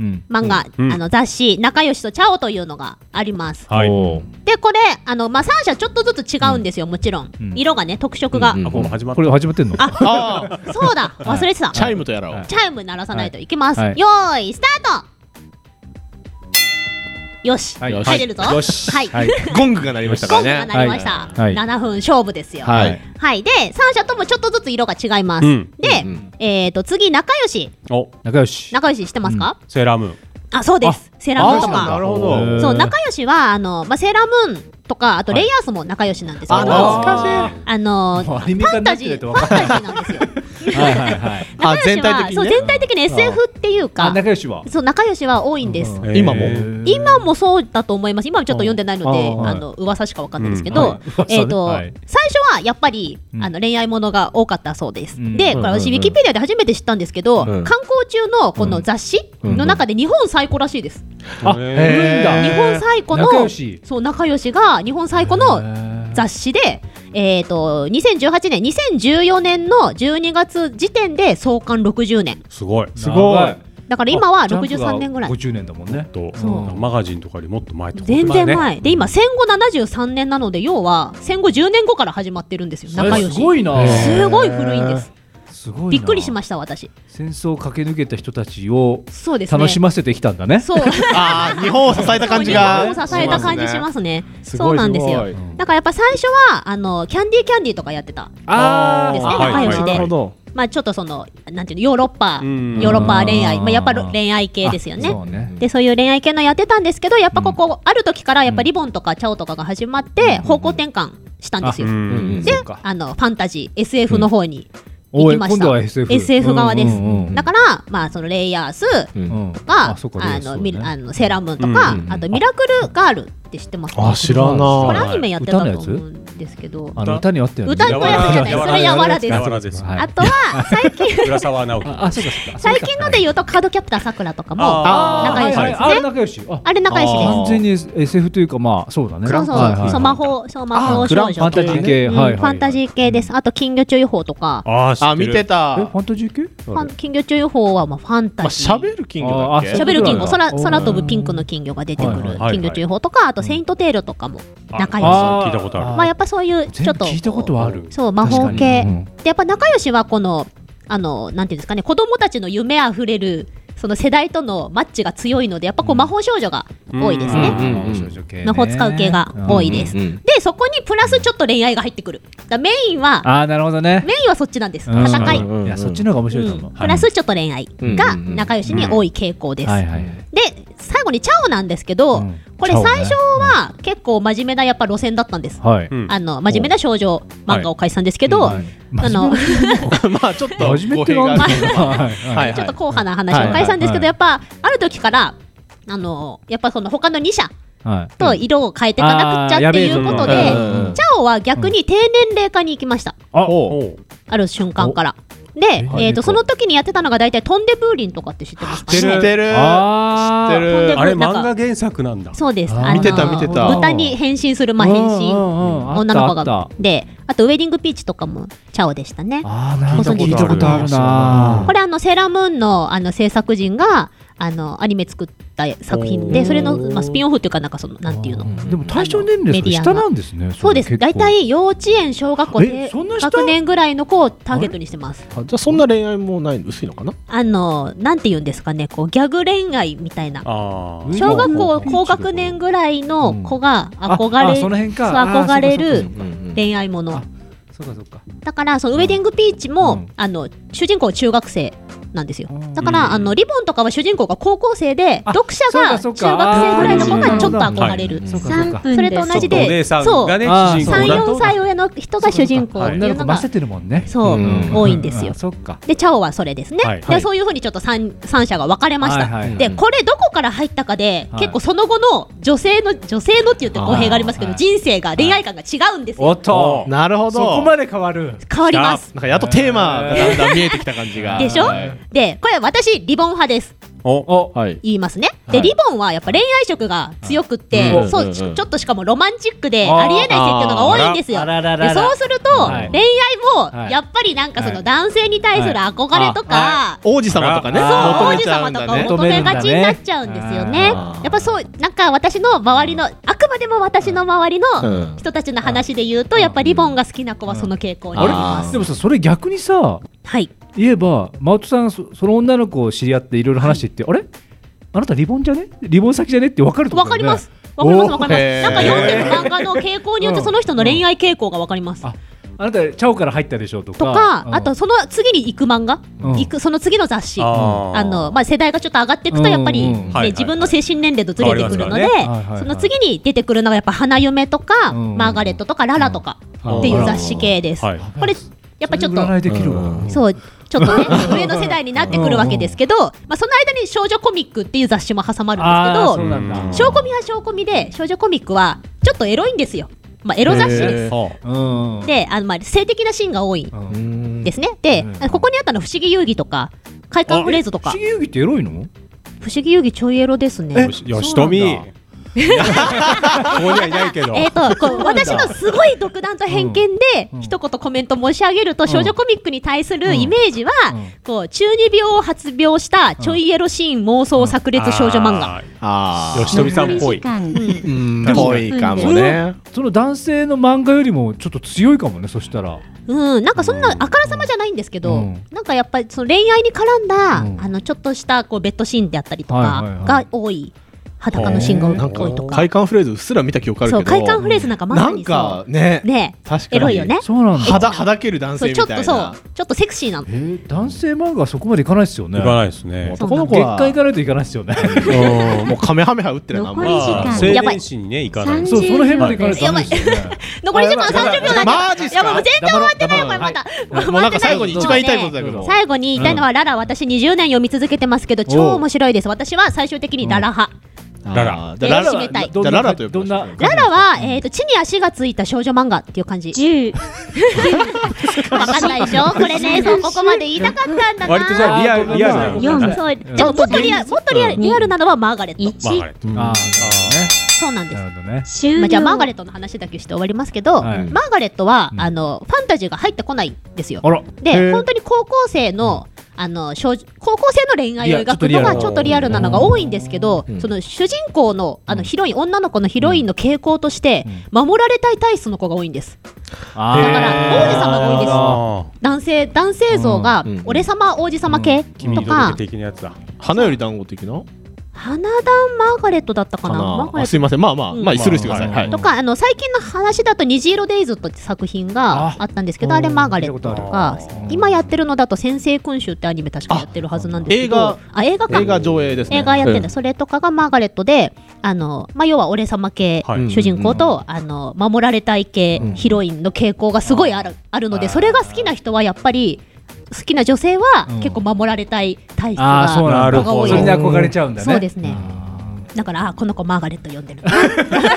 S7: うん
S6: 漫画、
S3: うん
S6: あの雑誌「仲良しとチャオ」というのがあります。
S3: はい
S7: おー
S6: でこれあの、まあ、3社ちょっとずつ違うんですよ、もちろん、
S7: うん
S6: 色がね特色が、
S8: うんうん
S3: あこれ始まっ
S7: これ始まってんの
S6: あ
S8: あ
S6: そうだ忘れてた、
S8: あ、チャイムとやらを。
S6: チャイム鳴らさないといけます、
S7: はい
S6: よーいスタートよし、
S7: はい
S6: 入れるぞ
S8: よし。
S6: はい、
S7: はい
S8: ゴングが鳴りました
S6: ゴ
S8: か
S6: ング
S8: ら
S6: が
S8: ね。
S6: 鳴りました、
S7: はいはい
S6: 7分勝負ですよは
S8: はいい、
S6: で3社ともちょっとずつ色が違います、
S3: うん
S6: で、
S8: うんうん
S6: えー、と次仲良し
S3: お
S7: 仲良し
S6: 仲良ししてますか、
S3: セーラームーン
S6: あそうですセーラームーンと
S8: あな
S6: か
S8: るほ
S7: へー
S8: ど。
S6: そう仲良しはあの、まあ、セーラームーンとかあとレイヤースも仲良しなんですけど、
S8: あ、懐か
S6: あの
S7: もうアニメ
S6: ファ
S7: 化
S6: ンタ
S7: になっ
S6: ジ
S7: てない
S6: ー
S7: と
S6: ファ
S7: 分
S6: ンタジーなんですよ。
S7: しい。はいはいはい。
S8: あ
S6: 仲良し
S8: 全体
S6: は
S8: 的にね
S6: そう全体的に SF っていう
S7: あ、
S6: か、
S7: 仲良しは。
S6: そう仲良しは多いんです。
S7: うん
S3: えー
S8: 今も
S6: 今もそうだと思います。今もちょっと読んでないので、
S7: ああ
S6: あの噂しかわかんないですけ
S7: うん
S6: ど
S7: はい、 噂ね
S6: えっと
S7: は
S6: 最
S7: い
S6: 初はやっぱり
S7: うん
S6: あの恋愛ものが多かったそうです。
S7: うん
S6: で、
S8: う
S6: こ
S8: ん
S6: れ私ウ
S8: うん
S6: ィキペディアで初めて知ったんですけど、
S8: ん
S6: 観光中のこの雑誌の中で日本最古らしいです。
S7: あ、
S8: へー
S6: 日
S7: いるんだ。
S6: 本最古の
S7: 仲良し
S6: そう仲良しが日本最古の雑誌で、えー、と2018年2014年の12月時点で創刊60年
S3: すごい
S7: すごい。
S6: だから今は
S7: あジャンプが
S6: 63年ぐらい
S7: 50年だもんね。
S3: と
S6: そう
S3: マガジンとかよりもっと前ってこと
S6: 全然前、
S3: まあね
S6: で今戦後73年なので要は戦後10年後から始まってるんですよ仲良し
S7: すごいな。
S6: すごい古いんです
S7: すごいな。
S6: びっくりしました私
S7: 戦争を駆け抜けた人たちを
S6: そうですね
S7: 楽しませてきたんだね。
S6: そう
S8: あー、日本を支えた感じ
S6: 日
S8: が。。
S6: 本を支えた感じしますすね
S8: す
S6: そ
S8: ご
S6: う
S8: い
S6: なんですよ
S8: すごい
S6: だからやっぱ最初はあのキャンディーキャンディーとかやってた
S7: あ
S6: ですね
S7: ー
S6: 仲良しで
S7: なるほど。
S6: まあちょっとそのなんていうのヨーロッパ
S3: うん
S6: ヨーロッパ恋愛
S7: うん
S6: まあやっぱ恋愛系ですよね
S7: あそうね。
S6: でそういう恋愛系のやってたんですけどやっぱここ、ある時からやっぱリボンとかチャオとかが始まって方向転換したんですよ、
S3: うん
S8: うんうん
S6: で
S7: っか
S6: あのファンタジー SF の方に行
S7: お
S6: き
S7: い
S6: まし
S7: 今
S6: た、
S7: 度は SF。
S6: 側です、
S7: うんうんうん
S6: だからまあそのレイヤース
S7: うん
S6: とか、
S7: あそうかレイヤ
S6: あ
S7: ース
S6: の
S7: そうね
S6: ミラあのセーラームーンとか、
S3: うん
S8: うん
S6: あとミラクルガールって知ってますか
S8: あ、知ら
S6: これ
S8: な
S6: アニメやってた
S7: 歌の
S6: と
S7: やつ
S6: 思うんですけど
S7: あの歌にあったよね。
S6: 歌のやつじゃない
S3: 柔ら
S6: それやわらです
S3: 柔らです
S7: はい
S6: あとは最近
S3: 浦沢直樹
S7: あ、あそうかそうか。
S6: 最近ので言うとカードキャプターさくらとかも
S3: あ
S6: 仲良しですね
S7: はいはいあれ仲良し。あ
S6: あれ仲良しです
S8: あー
S7: 完全に SF というかまあそうだね。
S6: そうそう、
S7: はいはいはい
S6: そう魔法、そう魔
S7: あ
S6: 法
S7: グラン
S6: 少
S7: ファ
S6: 女
S7: ンタジー系、
S6: うん
S7: はいはいはい、
S6: ファンタジ
S7: え
S6: ー系です。あと金魚注意報とか、
S3: あー知ってる
S8: あ、見て
S7: フ
S8: た。
S7: ァンタジー系
S6: ファン金魚注意報はまあファン
S8: まあ、
S6: タジー。
S8: 喋るキングだっ
S7: あーあ
S8: け
S7: そう
S6: 喋る金魚、
S7: そうなん
S6: 空
S7: だ
S6: 空飛ぶピンクの金魚が出てく
S7: はいはい
S6: る
S3: はい
S6: 金魚注意報とか、あとセイントテールとかも仲良し。
S3: あー聞いたことあ
S6: まあやっぱそういうち
S7: 全
S6: ょ
S7: 部
S6: っと
S7: 聞いたことはある
S6: そう魔法
S7: 確
S6: 系
S7: かにうん
S6: でやっぱ仲良しはこのあのなんていうんですかね子供たちの夢あふれるその世代とのマッチが強いのでやっぱこう魔法少女が多いですね。
S8: うんうん
S6: 魔法使う系が多い
S7: す、
S6: です。
S8: うんうんうん
S6: で、そこにプラスちょっと恋愛が入ってくる。だからメインは、
S7: ああなるほどね
S6: メインはそっちなんです。
S7: うん
S6: 戦い。
S8: うん
S7: いやそっちの方が面白いと思う、
S6: うんプラスちょっと恋愛が仲良しに多い傾向です。
S7: はいはい
S6: で、最後にチャオなんですけど、
S7: うん
S6: これ
S7: チャオね
S6: 最初は結構真面目なやっぱ路線だったんです。
S7: はい、はい
S3: うん
S6: あの真面目な少女漫画を返したんですけど、
S8: はい
S6: あの、
S8: けまあ、ちょっと
S7: 真面目
S8: 語
S7: って
S8: 弊
S7: な
S8: が
S7: ん
S8: ある。
S7: だろうはいはい
S8: はい
S6: ちょっと硬派な話を返したんですけど、やっぱある時から、あのやっぱその他の2社
S7: はい
S6: と色を変えていかなくちゃっていうことで、
S8: あーやべえ
S6: チ
S8: ぞうん
S6: ャオは逆に低年齢化に行きました。
S7: あ
S8: おう
S3: おう
S6: ある瞬間から。で、え
S7: はい
S6: ー、とその時にやってたのが大体トンデブーリンとかって知ってますか
S8: 知
S6: ね
S8: ってる。
S7: あー
S8: 知ってる。
S3: あれ
S6: なんか
S3: 漫画原作なんだ
S6: そうです。
S7: あー
S6: あの
S8: 見てた見てた
S6: 豚に変身する、まあ、
S7: うん
S6: 変
S7: う
S6: 身
S7: んうんあった
S6: 女の子が
S7: あった
S6: で、あとウェディングピーチとかもチャオでしたね。
S7: あーなんか
S6: 聞
S7: 聞
S6: い
S7: い
S6: た
S7: た
S6: こ
S7: ことと
S6: あ
S7: あ
S6: る
S7: る
S8: な
S7: な
S6: これあのセーラームーンのあの制作人があのアニメ作った作品で、それの、まあ、スピンオフっていうかなんかそのなんていうの。
S7: でも対象年齢が下なんですね
S6: そうです。大体幼稚園、小学校
S7: え
S6: 低
S7: そんな下
S6: 学年ぐらいの子をターゲットにしてます。
S8: あじゃあ、そんな恋愛もない、薄いのかな
S6: あのなんて言うんですかね、こうギャグ恋愛みたいな。
S3: あー
S6: 小学校高学年ぐらいの子が
S7: あ
S6: 憧
S7: あ
S6: れ、
S7: その辺か
S6: そう
S7: あー
S6: 憧れ
S7: そうかそう
S6: る
S7: か
S6: 恋愛もの
S7: あそうかそうか
S6: だからそのウェディングピーチも、
S7: うん
S6: あの主人公は中学生なんですよ
S7: うん
S6: だから、あのリボンとかは主人公が高校生で
S7: あ
S6: 読者
S7: そう
S6: が
S7: かそ
S6: 中
S7: う
S6: 学
S7: か
S6: 生ぐらいの子
S7: あ
S6: が
S7: ー
S6: ちょっと憧れる、
S8: うん
S7: そうかそうか
S6: それと同じで
S3: お姉さん
S6: そう
S3: がね
S7: あー
S3: 主人公だ
S6: 34
S3: と
S6: 歳上の人が主人公って
S7: 女
S6: いう
S7: の子
S6: の
S7: 混
S6: が
S7: ぜてるもんね
S6: そう、
S8: うん
S6: 多いんですよ
S7: あそっか
S6: でチャオはそれですね、
S3: はい
S6: でそういうふうにちょっと 3, 三社が分かれました、
S7: はいはいはい
S6: でこれどこから入ったかで、
S7: はい
S6: 結構その後の女性の女性のって言って語弊がありますけど、
S7: はい
S6: 人生が恋愛観が違うんですよ、
S7: おっと
S8: なるほど。
S7: そこまで変わる
S6: 変わります
S8: なんかやっとテーマがだんだん見えてきた感じが。
S6: でしょ、
S8: はい
S6: でこれ私リボン派です
S3: おお
S9: お
S8: はい。
S6: 言いますね。
S8: は
S6: で、
S8: い
S6: リボンはやっぱ恋愛色が強くって、
S8: うん
S6: そう
S8: うん
S6: ちょちょっとしかもロマンチックでありえない設定のが多いんですよ。
S9: あららら
S6: で
S9: ら
S6: そうすると、
S9: はい
S6: 恋愛
S9: は
S6: も
S9: い
S6: やっぱりなんかそ
S9: は
S6: の
S9: い
S6: 男性に対する憧れとか、
S8: 王子様とかね。
S6: そう王
S8: 求め
S6: 子
S8: ちゃう
S6: 様
S8: ん
S6: と
S8: だ
S6: かを
S8: ね
S6: 求めがちになっちゃうんですよね。
S8: あー
S6: やっぱそうなんか私の周りのあくまでも私の周りの
S8: うん
S6: 人たちの話で言うとやっぱリボンが好きな子はその傾向にありま
S8: あ
S6: す。
S7: でもさそれ逆にさ
S6: はい。
S7: 言えばマウトさんそその女の子を知り合っていろいろ話していって、あれあなたリボンじゃねリボン先じゃねって分かると
S6: わ
S7: 思
S6: か
S7: うん
S6: り
S7: だよ
S6: ま
S7: ね
S6: す。わかりますわかりま
S8: お
S6: す。
S8: ー
S6: なんか読んでる漫画の傾向によってその人の恋愛傾向がわかります。
S7: ああなたチャオから入ったでしょとか
S6: とか、
S7: うん
S6: あとその次に行く漫画、
S7: うん
S6: 行くその次の雑誌、あ
S3: あー
S6: のまあ世代がちょっと上がっていくとやっぱり、
S7: うんうん
S6: ね
S7: はい
S3: はいはい
S6: 自分の精神年齢とずれてくるので、
S3: 変わ
S7: りますからねはいはいはい
S6: その次に出てくるのがやっぱ花嫁とか、
S7: うん
S6: マーガレットとかララとかっていう雑誌系です。
S3: はい
S6: これやっぱちょっと
S7: 占いできるわ、
S8: うん
S6: そうちょっと ね上の世代になってくるわけですけど、まあその間に少女コミックっていう雑誌も挟まる
S7: ああそ
S6: んですけど
S7: うなんだ、
S3: うん
S6: 小コミは小コミで少女コミックはちょっとエロいんですよ。まあエロ雑誌です。
S3: お
S7: うん
S6: で、あのまあ性的なシーンが多いん
S7: うん
S8: うん
S6: ですね。で
S7: うん、
S6: あここにあったのは不思議遊戯とか快感フレーズと
S7: 不
S6: か
S7: 思議遊戯ってエロいの
S6: 不思議遊戯ちょいエロですね。
S3: いや、ひとみ。
S7: そう
S3: こ
S7: なん だ
S3: こにはいないけど。
S6: えっと、こう私のすごい独断と偏見で、
S7: うん
S6: 一言コメント申し上げると、少女コミックに対するイメージは、
S7: うん
S6: こう中二病を発病したちょいエロシーン妄想炸裂少女漫画。
S3: あ
S8: あ
S3: ー。
S8: あ。
S3: よしとみさんっぽい。
S8: うんぽいかもね。
S7: その男性の漫画よりもちょっと強いかもねそしたら
S6: うん、なんかそんなあからさまじゃないんですけど、
S7: うん
S6: なんかやっぱりその恋愛に絡んだ、
S7: うん
S6: あのちょっとしたこうベッドシーンであったりと
S7: はいはい
S6: か
S7: はい
S6: が多い、裸のシーンが多いとか
S8: 快、感フレーズうっすら見た記憶あるけ
S6: そ
S8: ど。
S6: う快感フレーズなんかま
S8: な
S6: さにそう
S8: んかね。
S6: ね
S8: 確かに。
S6: エロいよね。
S7: そうなんだ
S8: はだ、はだける
S6: そ
S8: 男性
S6: う
S8: み
S6: ちょ
S8: た
S6: っ
S8: い
S6: と
S8: な。
S6: そうちょっとセクシーなの
S7: え。ー男性漫画はそこまでいかないですよね
S3: いかないですね。
S8: 男の子
S7: 月間行
S8: は
S7: かないといかないです よね
S8: うんもうカメハメハ打ってるな。
S2: 残り
S8: もう
S2: 時間
S3: まあ
S6: や
S3: 青
S6: ばい
S3: 年誌にね、行かない。
S7: そうその辺までいかないとダメですよね
S6: 残り時間
S7: あやばい
S6: 30秒だけ。
S8: マジっす
S6: いやもう
S8: か
S6: 全然終わってないよこれまた。
S8: もうなんか最後に一番言いたいことだけど。
S6: 最後に言いたいのは、ララ私20年読み続けてますけど超面白いです私は最終的にララ派、
S8: あー
S3: ララ
S8: じゃあラ
S6: えー締めたい
S8: じゃあララと呼び
S7: ど
S8: ま
S7: ん
S8: しょう
S7: な
S6: ララは、えー、と地に足がついた少女漫画っていう感じ
S2: 10
S6: わかんないでしょこれねそうここまで言いたかったんだな
S3: 割とじゃあリアル、リアルなこと。
S2: 4
S6: そうでももっとリアルもっとリアル
S2: うん
S6: リアルなのはマーガレット
S3: まああれ
S2: 1
S7: あ
S6: そうなん
S7: あ
S6: です
S7: なるほどね
S2: 終了
S6: まあ、じゃあマーガレットの話だけして終わりますけど、
S7: はい
S6: マーガレットは、
S7: うん
S6: あのファンタジーが入ってこないんですよ
S7: あ。ら
S6: で本当に高校生のあの少女高校生の恋愛を描く
S7: リ
S6: の
S7: ア
S6: が
S7: ち
S6: ちょ
S7: ょ
S6: っと
S7: っと
S6: リ
S7: リ
S6: ア
S7: ア
S6: ル
S7: ル
S6: なのが多いんですけど、
S8: うん
S6: その主人公のあのヒロイン女の子のヒロインの傾向として
S7: うん
S6: 守られたい体質の子が多いんです
S7: あ
S6: だ
S7: ー
S6: から王子様が多いですよ
S3: あ
S6: 男性男性像が
S8: うんうん
S6: 俺様王子様系
S3: ー君
S6: と
S3: に
S6: か
S3: 届け的なやつだ。
S8: 花より団子的な
S6: 花壇マーガレットだったか
S8: か
S6: なマー
S8: な
S6: ガレ
S8: あ
S6: ッ
S8: すいませんまあまあ
S6: うん
S8: まあスルーしてください
S7: まあ
S8: は
S7: う
S8: い
S7: ん
S6: トとかあの最近の話だと「虹色デイズ」って作品があったんですけど
S7: あ
S6: あれマーガレッ
S7: 聞いた
S6: ト
S7: こと
S6: と
S3: あ
S6: か
S3: る
S6: 今やってるのだと「先生君主」ってアニメ確かやってるはずなんですけど
S8: あ映
S6: あ映画か
S8: 映画上映ですね
S6: 映画やってんだ、
S8: うん
S6: それとかがマーガレットであの、まあ、要は俺様系、
S3: はい
S6: 主人公と、あの守られたい系、
S8: うん
S6: ヒロインの傾向がすごいあるあるのでそれが好きな人はやっぱり好きな女性は
S7: うん
S6: 結構守られたい体質
S7: あー
S6: が、
S7: そうなん
S3: なる
S7: だ
S3: ほど
S7: それで憧れちゃうんだね
S6: そうですね
S7: あー
S6: だからあこの子マーガレット読んでるな な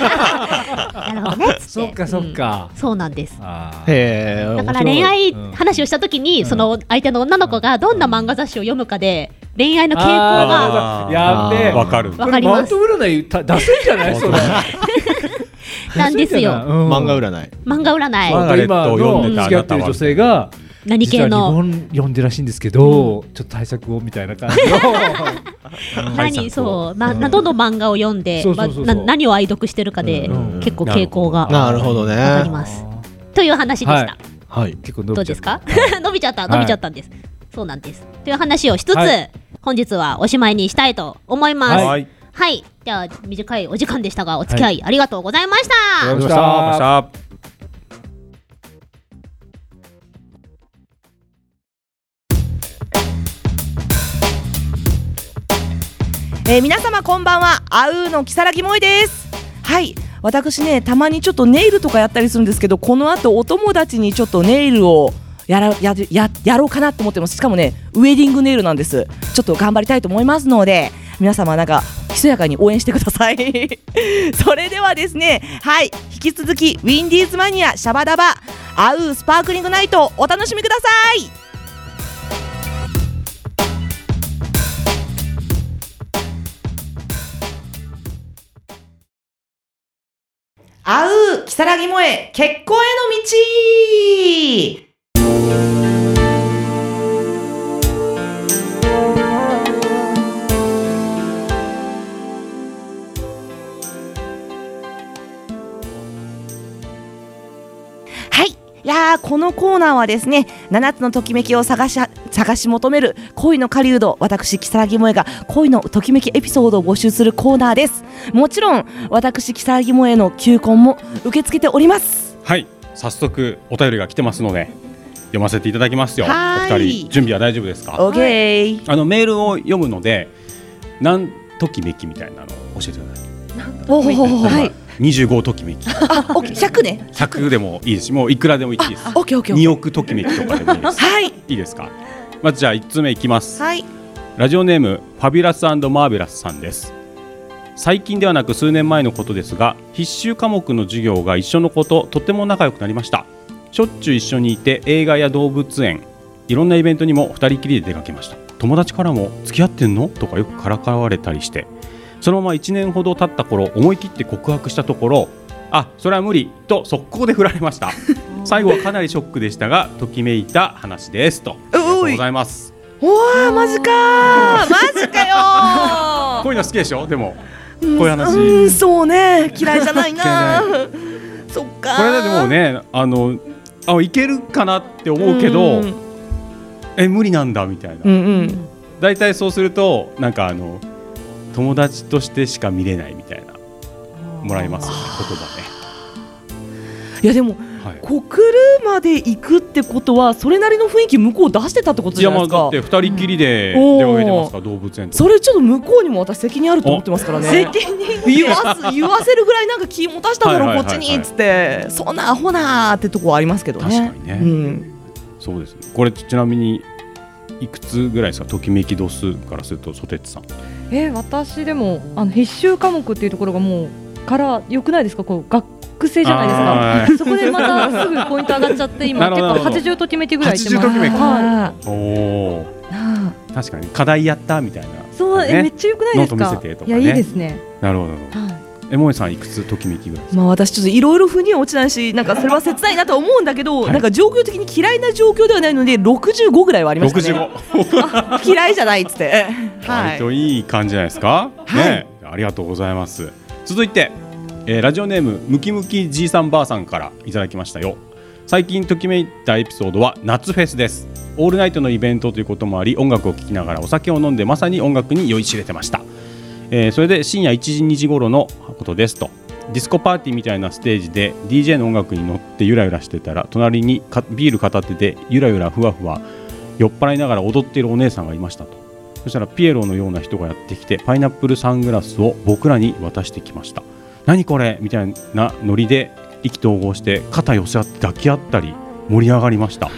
S6: るほどねっつって
S7: そっかそっか
S6: うんそうなんです
S7: あー
S8: へえ
S6: だから恋愛
S7: うん
S6: 話をしたときに、
S7: うん
S6: その相手の女の子がどんな漫画雑誌を読むかで恋愛の傾向が
S7: あーやべえ
S3: わかる。
S6: わかります
S7: これマウント占いた出せんじゃないそれ
S6: なんですよ
S8: 漫画
S7: い
S8: 占い
S6: 漫画占い
S3: マーガレットを読んで
S7: 今
S3: たあ
S7: の付き合
S3: な
S7: って
S3: た
S7: る
S3: は
S7: 女性が
S6: 何系
S7: 実は
S6: の
S7: 日本読んでらしいんですけど、ちょっと対策をみたいな感じ の
S6: 何そう、まあ、
S7: うん
S6: などの漫画を読んで
S7: そう
S6: ま
S7: そ
S6: あ
S7: うそうそう
S6: な何を愛読してるかで、
S8: うん
S6: 結構傾向が
S8: なるほどね
S6: わかりますという話でした、
S7: はい
S8: はい
S7: 結構伸びちゃ
S6: どうですか 伸びちゃった
S7: はい
S6: 伸びちゃったんです、そうなんですという話をしつつ、
S7: はい
S6: 本日はおしまいにしたいと思いますは、
S3: はいい。
S6: では短いお時間でしたがお付き合いありがとうございました、
S3: ありがとうご
S7: ありがとうございま
S3: ざいま
S7: し
S3: した。
S1: えー皆様こんばんはあうの木更木萌ですはい私ねたまにちょっとネイルとかやったりするんですけどこの後お友達にちょっとネイルをやらやややろうかなと思ってますしかもねウェディングネイルなんですちょっと頑張りたいと思いますので皆様なんかひそやかに応援してください それではですねはい引き続きウィンディーズマニアシャバダバアウースパークリングナイトお楽しみくださいあう、如月萌え、結婚への道はい。いやーこのコーナーはですね7つのときめきを探し探し求める恋の狩人私如月萌が恋のときめきエピソードを募集するコーナーですもちろん私如月萌の求婚も受け付けております
S3: はい早速お便りが来てますので読ませていただきますよお
S1: はーい
S3: 二人準備は大丈夫ですか
S1: OK、ー
S3: あのメールを読むのでなんときめきみたいなのを教えてください
S1: おーはい
S3: 25ときめき
S1: あお100ね
S3: 100でもいいですもういくらでもいいです
S1: OKOK
S3: 2億ときめきとかでもいいです
S1: はい
S3: いいですかまずじゃあ1つ目いきます
S1: はい
S3: ラジオネームファビュラスマーベラスさんです最近ではなく数年前のことですが必修科目の授業が一緒のこととても仲良くなりましたしょっちゅう一緒にいて映画や動物園いろんなイベントにも2人きりで出かけました友達からも「付き合ってんの?」とかよくからかわれたりしてそのまま1年ほど経った頃思い切って告白したところ「あそれは無理」と速攻で振られました最後はかなりショックでしたがときめいた話ですとありがとうございます
S1: うわーマジかーマジかよー
S3: こういうの好きでしょでもこういう話
S1: うんそうね 嫌いじゃないなそっかー
S3: これだってもうねあのあいけるかなって思うけど
S1: うん
S3: え無理なんだみたいな
S1: うんうん
S3: 大体そうするとなんかあの友達としてしか見れないみたいなもらいますよね
S1: いやでも
S3: 言葉ね、は
S1: 告るまで行くってことはそれなりの雰囲気向こう出してたってこと
S3: い、い
S1: じゃ
S3: や
S1: ない
S3: ま
S1: で
S3: あ
S1: す
S3: だ
S1: か
S3: って二人きりで
S1: うん
S3: 出かけてますから動物園とか
S1: それちょっと向こうにも私責任あると思ってますからね責任言わす言わせるぐらいなんか気持たしただ
S3: はい
S1: ろ
S3: は
S1: こ
S3: い
S1: っ
S3: はい
S1: ち
S3: はい
S1: にっつってそんなアホなーってとこはありますけどね
S3: 確かにね
S1: うん
S3: そうですねこれちなみにいくつぐらいですかときめき度数からするとソテツさん
S4: え私でもあの必修科目っていうところがもうから良くないですかこう学生じゃないですか
S3: あーはい
S4: そこでまたすぐポイント上がっちゃって
S3: な
S4: 今
S3: る
S4: 結
S3: ほど
S4: 構80ときめきぐらいいってま
S3: 80と
S4: す
S3: きめき
S1: あ
S3: おお
S1: ー
S3: ー
S1: なあ
S3: 確かに課題やったみたいな
S4: そう、え
S3: ね
S4: めっちゃ良くないです
S3: ノート
S4: か
S3: 見せてと
S4: い
S3: か
S4: や
S3: ね
S4: いいですね、
S3: なるほどなるほど
S4: はい
S3: えもえさんいくつときめきぐらいですか
S1: まあ私ちょっといろいろ腑には落ちないしなんかそれは切ないなとは思うんだけど、
S3: はい
S1: なんか状況的に嫌いな状況ではないので65ぐらいはありましたね
S3: 65
S1: 65嫌いじゃないっつっては
S3: 割
S1: い
S3: といい感じじゃないですか、ねありがとうございます続いて、えーラジオネームムキムキじいさんばあさんからいただきましたよ最近ときめいたエピソードは夏フェスですオールナイトのイベントということもあり音楽を聴きながらお酒を飲んでまさに音楽に酔いしれてました、えーそれで深夜1時2時頃のことですとディスコパーティーみたいなステージで DJ の音楽に乗ってゆらゆらしてたら隣にかビール片手でゆらゆらふわふわ酔っ払いながら踊っているお姉さんがいましたとそしたらピエロのような人がやってきてパイナップルサングラスを僕らに渡してきました何これみたいなノリで意気投合して肩寄せ合って抱き合ったり盛り上がり ました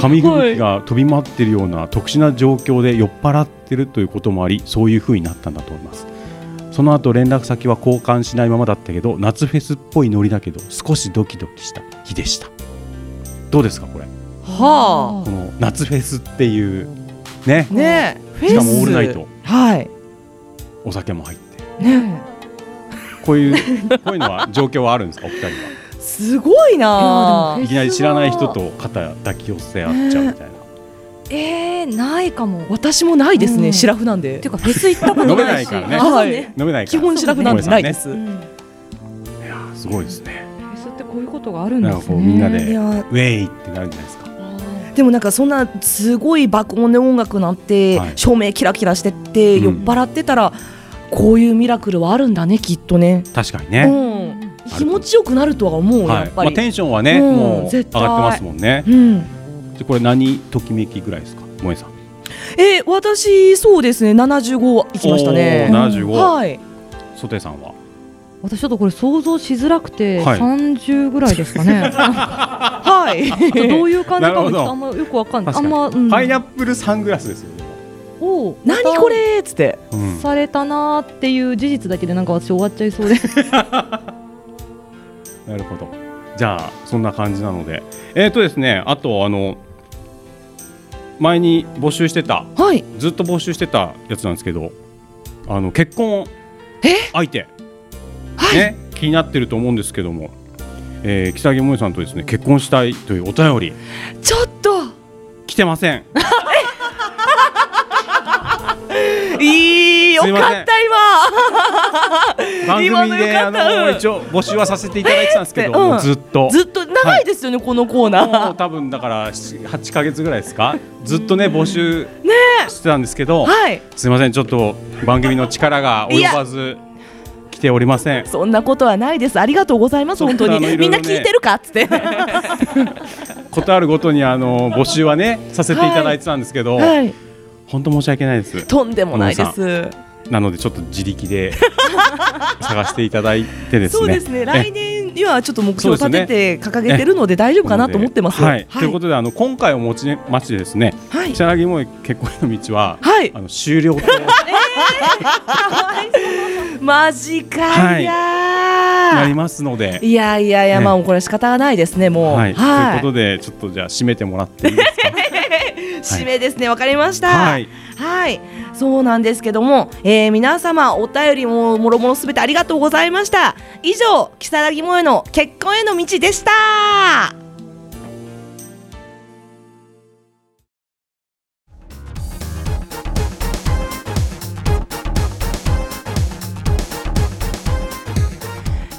S3: 紙吹雪が飛び回ってるような特殊な状況で酔っ払ってるということもありそういう風になったんだと思いますその後連絡先は交換しないままだったけど夏フェスっぽいノリだけど少しドキドキした日でしたどうですかこれ
S1: は
S3: この夏フェスっていうね
S1: あねえフェス
S3: しかもオールナイト
S1: はい
S3: お酒も入って
S1: ね
S3: こういう、こういうのは状況はあるんですか、お 二人は。
S1: えすごいなあ
S4: いやでもフ
S3: い
S4: ェス
S3: きなり知らない人と肩抱き寄せ合っちゃうみたい
S4: えー、ないかもっ
S1: 私もないですね、
S4: うん
S1: シラフなんで
S4: ていうかフェス行ったことない
S3: 飲め
S4: し
S3: ないからね
S4: あそう
S1: は
S3: な。飲めないから。
S1: 基本シラフなんでないです、
S4: うんフ
S3: いやー、すごいですね。
S4: ェスってこういうことがあるんで
S3: なんか
S4: す
S3: こう、みんな
S4: ね
S1: うんい
S3: で、ウ
S1: や
S3: ェイってなるんじゃないですか。
S1: でもなんかそんなすごい爆音で音楽なって、
S3: はい
S1: 照明キラキラしてって、
S3: うん
S1: 酔っ払ってたらこういうミラクルはあるんだねきっとね、
S3: 確かに
S1: う
S3: ね。
S1: ん、気持ちよくなるとは思う、
S3: は
S1: やっ、
S3: いま
S1: ぱ
S3: あ、
S1: り、
S3: テンションはね、
S1: うん
S3: もう上がって
S1: 絶対
S3: ますもんね。
S1: うん、
S3: でこれ、何ときめきぐらいですか、萌えさん。
S1: え私そうですね75いきましたね
S3: おー75
S1: はい
S3: ソテーさんは。
S4: 私ちょっとこれ想像しづらくて
S3: はい
S4: 30ぐらいですかね、
S1: はい
S4: ちょっとどういう感じか
S3: なるほ
S4: もちょ
S3: ど
S4: っとあんまよくわかんないあ
S3: 確
S4: んま、
S3: か
S4: う
S3: に。
S4: ん
S3: パイナップルサングラスですよね。
S4: を
S1: 何これっつって
S3: うん
S4: されたなーっていう事実だけでなんか私終わっちゃい そうで
S3: なるほど。じゃあそんな感じなので、えっ、とですね、あとあの前に募集してた、
S1: はい
S3: ずっと募集してたやつなんですけど、あの結婚相手、ね、気になってると思うんですけども、えー、木更木萌さんとですね結婚したいというお便り
S1: ちょっと
S3: 来てませ ん
S1: いいよ
S3: すいませ
S1: かっ
S3: ん
S1: た今
S3: 番
S1: 今
S3: 組
S1: の
S3: で
S1: よか
S3: あ
S1: った
S3: の
S1: うん
S3: 一応募集はさせていただいてたんですけど、
S1: えーってうん
S3: もうずっと
S1: ずっと長いですよね、このコーナ
S3: もう
S1: ー
S3: 多分だから7 8ヶ月ぐらいですかずっとね募集してたんですけど、
S1: はい
S3: すいませんちょっと番組の力が及ばず来ておりません
S1: そんなことはないですありがとうございます本当
S3: ちょっとあの
S1: にみんない
S3: ろい
S1: 聞
S3: ろね
S1: いてるかっつって
S3: ことあるごとにあ の募集はねさせていただいてたんですけど、
S1: はい
S3: 本当申し訳ないです
S1: とんでもないで
S3: 小
S1: す
S3: なのでちょっと自力で 探していただいてですね
S1: そうですね来年にはちょっと目標
S3: そう
S1: 立
S3: です
S1: てて掲げてるので大丈夫かなと思ってます
S3: はい
S1: は
S3: というこ
S1: い
S3: とであの今回をもちましてですね
S1: はい
S3: 木更木萌結婚への道は、
S1: はい
S3: あの終了と
S1: マジか
S3: はい
S1: い
S3: な
S1: や
S3: り
S1: ー
S3: ますの で。
S1: いやいやいや
S3: ね
S1: まあもうこれは仕方がないですねもう
S3: はい、
S1: は
S3: ということでちょっとじゃあ締めてもらっていいですか
S1: 締めですね、わかりました。
S3: は
S1: はいい、そうなんですけども、えー皆様お便りももろもろすべてありがとうございました。以上、木更木萌の結婚への道でした。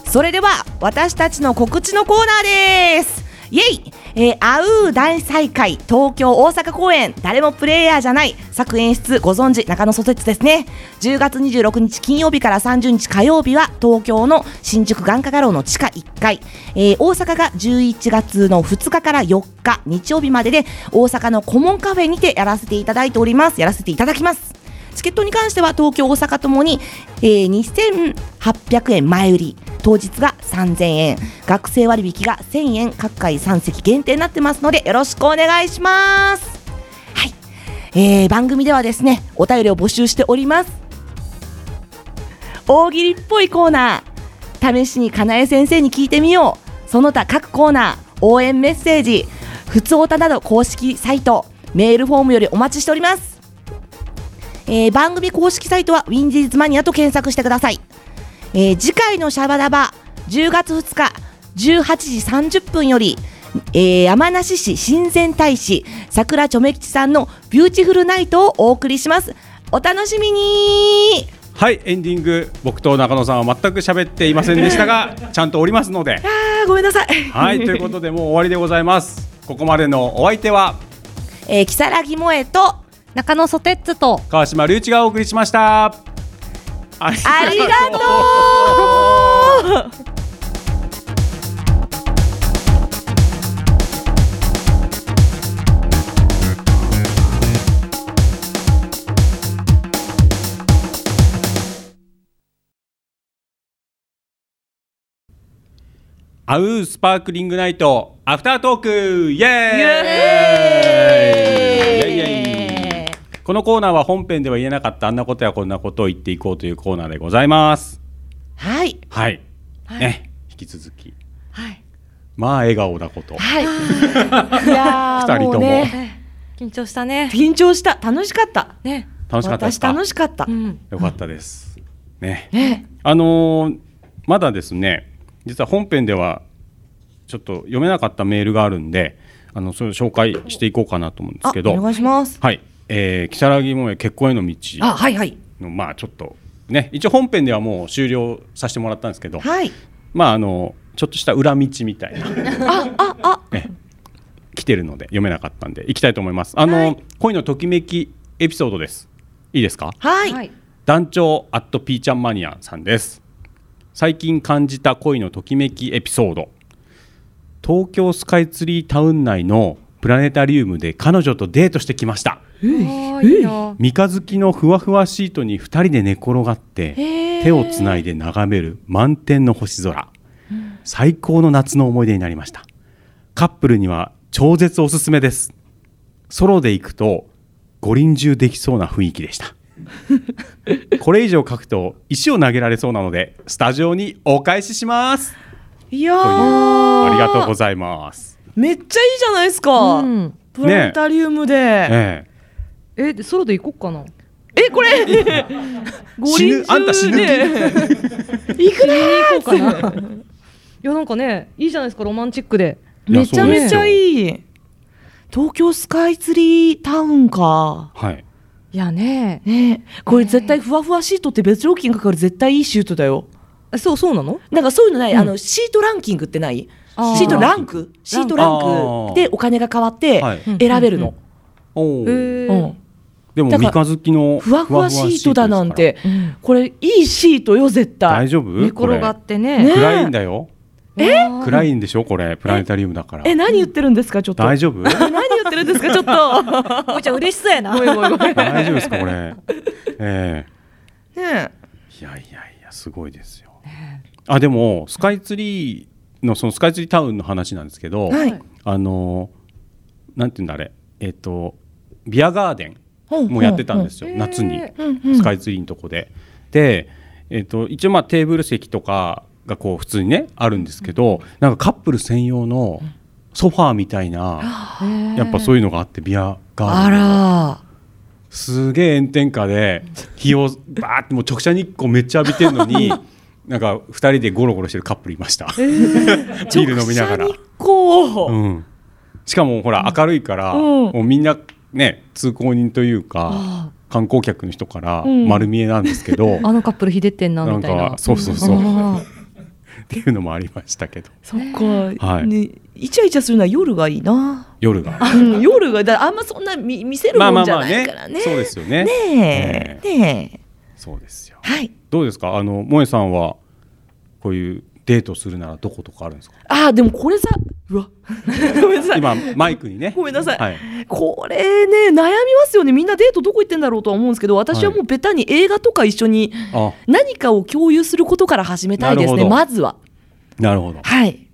S1: それでは私たちの告知のコーナーですイエイ、えー、アウー大再会東京大阪公演誰もプレイヤーじゃない作演出ご存知中野蘇鉄ですね10月26日金曜日から30日火曜日は東京の新宿眼科画廊の地下1階、えー大阪が11月の2日から4日日曜日までで大阪のコモンカフェにてやらせていただいておりますやらせていただきますチケットに関しては東京、大阪ともに、えー2800円前売り、当日が3000円、学生割引が1000円、各回3席限定になってますので、よろしくお願いします。はい、えー番組ではですね、お便りを募集しております。大喜利っぽいコーナー、試しにかなえ先生に聞いてみよう、その他各コーナー、応援メッセージ、ふつおたなど公式サイト、メールフォームよりお待ちしております。えー番組公式サイトはウィンディーズマニアと検索してください、えー次回のシャバダバ10月2日18時30分より、えー山梨市親善大使桜ちょめ吉さんのビューティフルナイトをお送りしますお楽しみに
S3: はいエンディング僕と中野さんは全く喋っていませんでしたが ちゃんとおりますので
S1: あーごめんなさい
S3: はいということでもう終わりでございますここまでのお相手は
S1: えー、木更木萌えと
S4: 中野ソテッツと
S3: 川島隆一がお送りしましたあり
S1: ありが とう
S3: アウースパークリングナイトアフタートークイエーイイエーイこのコーナーは本編では言えなかったあんなことやこんなことを言っていこうというコーナーでございます
S1: はい
S3: はい、ね引き続き、まあ笑顔だこと
S1: はいいや
S3: 二
S1: ー
S3: 人
S1: もう
S3: とも
S1: ね
S4: 緊張したね。
S1: 緊張した楽しかった
S4: ね。
S3: 楽しかったです
S1: 私
S3: か
S1: 楽しかった、
S4: うん。
S3: よかったですね
S1: ね
S3: あのーまだですね実は本編ではちょっと読めなかったメールがあるんであのそれを紹介していこうかなと思うんですけど
S1: お願いします。
S3: はい、えー、木更木萌え結婚への道
S1: あ、はいはい。
S3: のまあちょっとね一応本編ではもう終了させてもらったんですけど、
S1: はい。
S3: まああのちょっとした裏道みたいなえ来てるので読めなかったんで行きたいと思いますあの、恋のときめきエピソードですいいですか
S1: はい。
S4: はい。
S3: 団長アットピーちゃんマニアさんです最近感じた恋のときめきエピソード東京スカイツリータウン内のプラネタリウムで彼女とデートしてきました
S4: おーいいよ。
S3: 三日月のふわふわシートに2人で寝転がって手をつないで眺める満天の星空最高の夏の思い出になりましたカップルには超絶おすすめですソロで行くと五輪中できそうな雰囲気でした これ以上書くと石を投げられそうなのでスタジオにお返しします
S1: いや
S3: という
S1: ー
S3: ありがとうございます、
S1: めっちゃいいじゃないですか。
S4: うん。
S1: プラネタリウムで。
S3: ええ
S4: え、でソロで行こうかな。
S1: えこれ五
S3: 死ぬあんた死ぬ気
S1: 行くな
S4: 行こうかな いやなんかねいいじゃないですかロマンチックで
S3: いや
S1: めちゃめちゃ
S3: い。
S1: いい東京スカイツリータウンか
S3: はい。
S4: いやね
S1: ねえこれ絶対ふわふわシートって別料金かかる絶対いいシートだよ
S4: そうそうなの
S1: なんかそういうのない、あのシートランキングってない
S4: あー
S1: シートランクシートランクでお金が変わって
S3: はい
S1: 選べるの、
S3: おお。
S1: う
S4: へ
S1: ん
S4: ー
S3: でも
S1: だか
S3: 三
S1: ら
S3: 日月の
S1: ふわふわシートだなん
S3: です
S1: て
S4: うん
S1: これいいシートよ絶
S3: から。
S1: 対
S3: 大丈夫？
S4: 寝転が
S3: こ
S4: ってね
S3: れ
S1: ね
S3: 暗いんだよ。
S4: え
S3: 暗いんでしょこれプラネタリウムだから。
S1: え何言ってるんですかちょっと
S3: 大丈夫？
S1: 何言ってるんですかちょっと
S4: もうちゃん嬉しそうやな
S1: ごめんごめんごめんね
S3: 大丈夫ですかこれ。ええ
S1: え
S3: いやいやいやすごいですよ。あでもスカイツリーのそのスカイツリータウンの話なんですけど、
S1: はい
S3: あのなんていうんだあれえっ、とビアガーデンもやってたんですよ、
S4: ほうほう
S3: 夏に
S4: へ
S3: スカイツリーのとこで。で、えっと一応まあテーブル席とかがこう普通にねあるんですけど、なんかカップル専用のソファーみたいな、やっぱそういうのがあってビアガーデン
S1: あ
S3: の
S1: ら
S3: すげえ炎天下で日をバーってもう直射日光めっちゃ浴びてる のになんか2人でゴロゴロしてるカップルいました、 ビール飲みながら
S1: 直射日、光、
S3: うん、しかもほら明るいから、
S1: うん
S3: もうみんなね通行人というか観光客の人から
S1: ん
S3: 丸見えなんですけど、
S4: あのカップルひでってんな
S3: なん
S4: みたいな
S3: かそうそうそうっ
S4: あ
S3: ていうのもありましたけど
S1: そっか、
S3: はい
S1: ね、イチャイチャするのは夜がいいな、
S3: 夜が
S1: うん、夜がだあんまそんな見見せる
S3: まあ
S1: も
S3: ま
S1: ん
S3: あ
S1: じ
S3: ま
S1: ゃ
S3: あ
S1: ない
S3: ね
S1: からね,、
S3: そうですよね
S1: ねえねえ
S3: そうですよ
S1: はい
S3: どうですかあの萌さんはこういうデートするならどことかあるんですか
S1: あーでもこれさう わごめんなさい
S3: 今マイクにね
S1: ごめんなさい
S3: はい
S1: これね悩みますよねみんなデートどこ行ってんだろうとは思うんですけど私はもうベタに映画とか一緒に
S3: あ
S1: 何かを共有することから始めたいです
S3: なる
S1: ね
S3: ほど
S1: まずは
S3: なるほど
S1: はい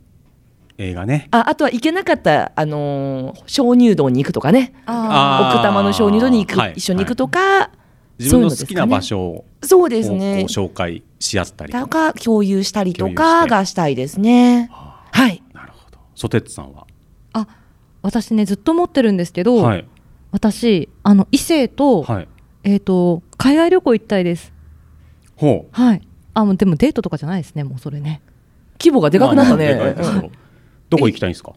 S3: 映画ね
S1: ああとは行けなかった、あのー鍾乳洞に行くとかね
S4: あ
S3: あー
S1: 奥多摩の鍾乳洞に行く、
S3: はい
S1: 一緒に行くとか、
S3: 自分の好きな場所を
S1: そうで
S3: こう
S1: す
S3: こう
S1: ね
S3: 紹介し合ったり
S1: とか共有したりと
S3: 共有した
S1: か
S3: り
S1: がしたいですねはい
S3: なるほどソテツさんは
S4: あ私ねずっと持ってるんですけど、
S3: はい
S4: 私あの異性と,、
S3: はい
S4: えー、と海外旅行行きたいです
S3: ほう
S4: はいあもうでもデートとかじゃないですねもうそれね
S1: 規模がでかくなったね、
S3: まあまあでかいですけどどこ行きたいんですか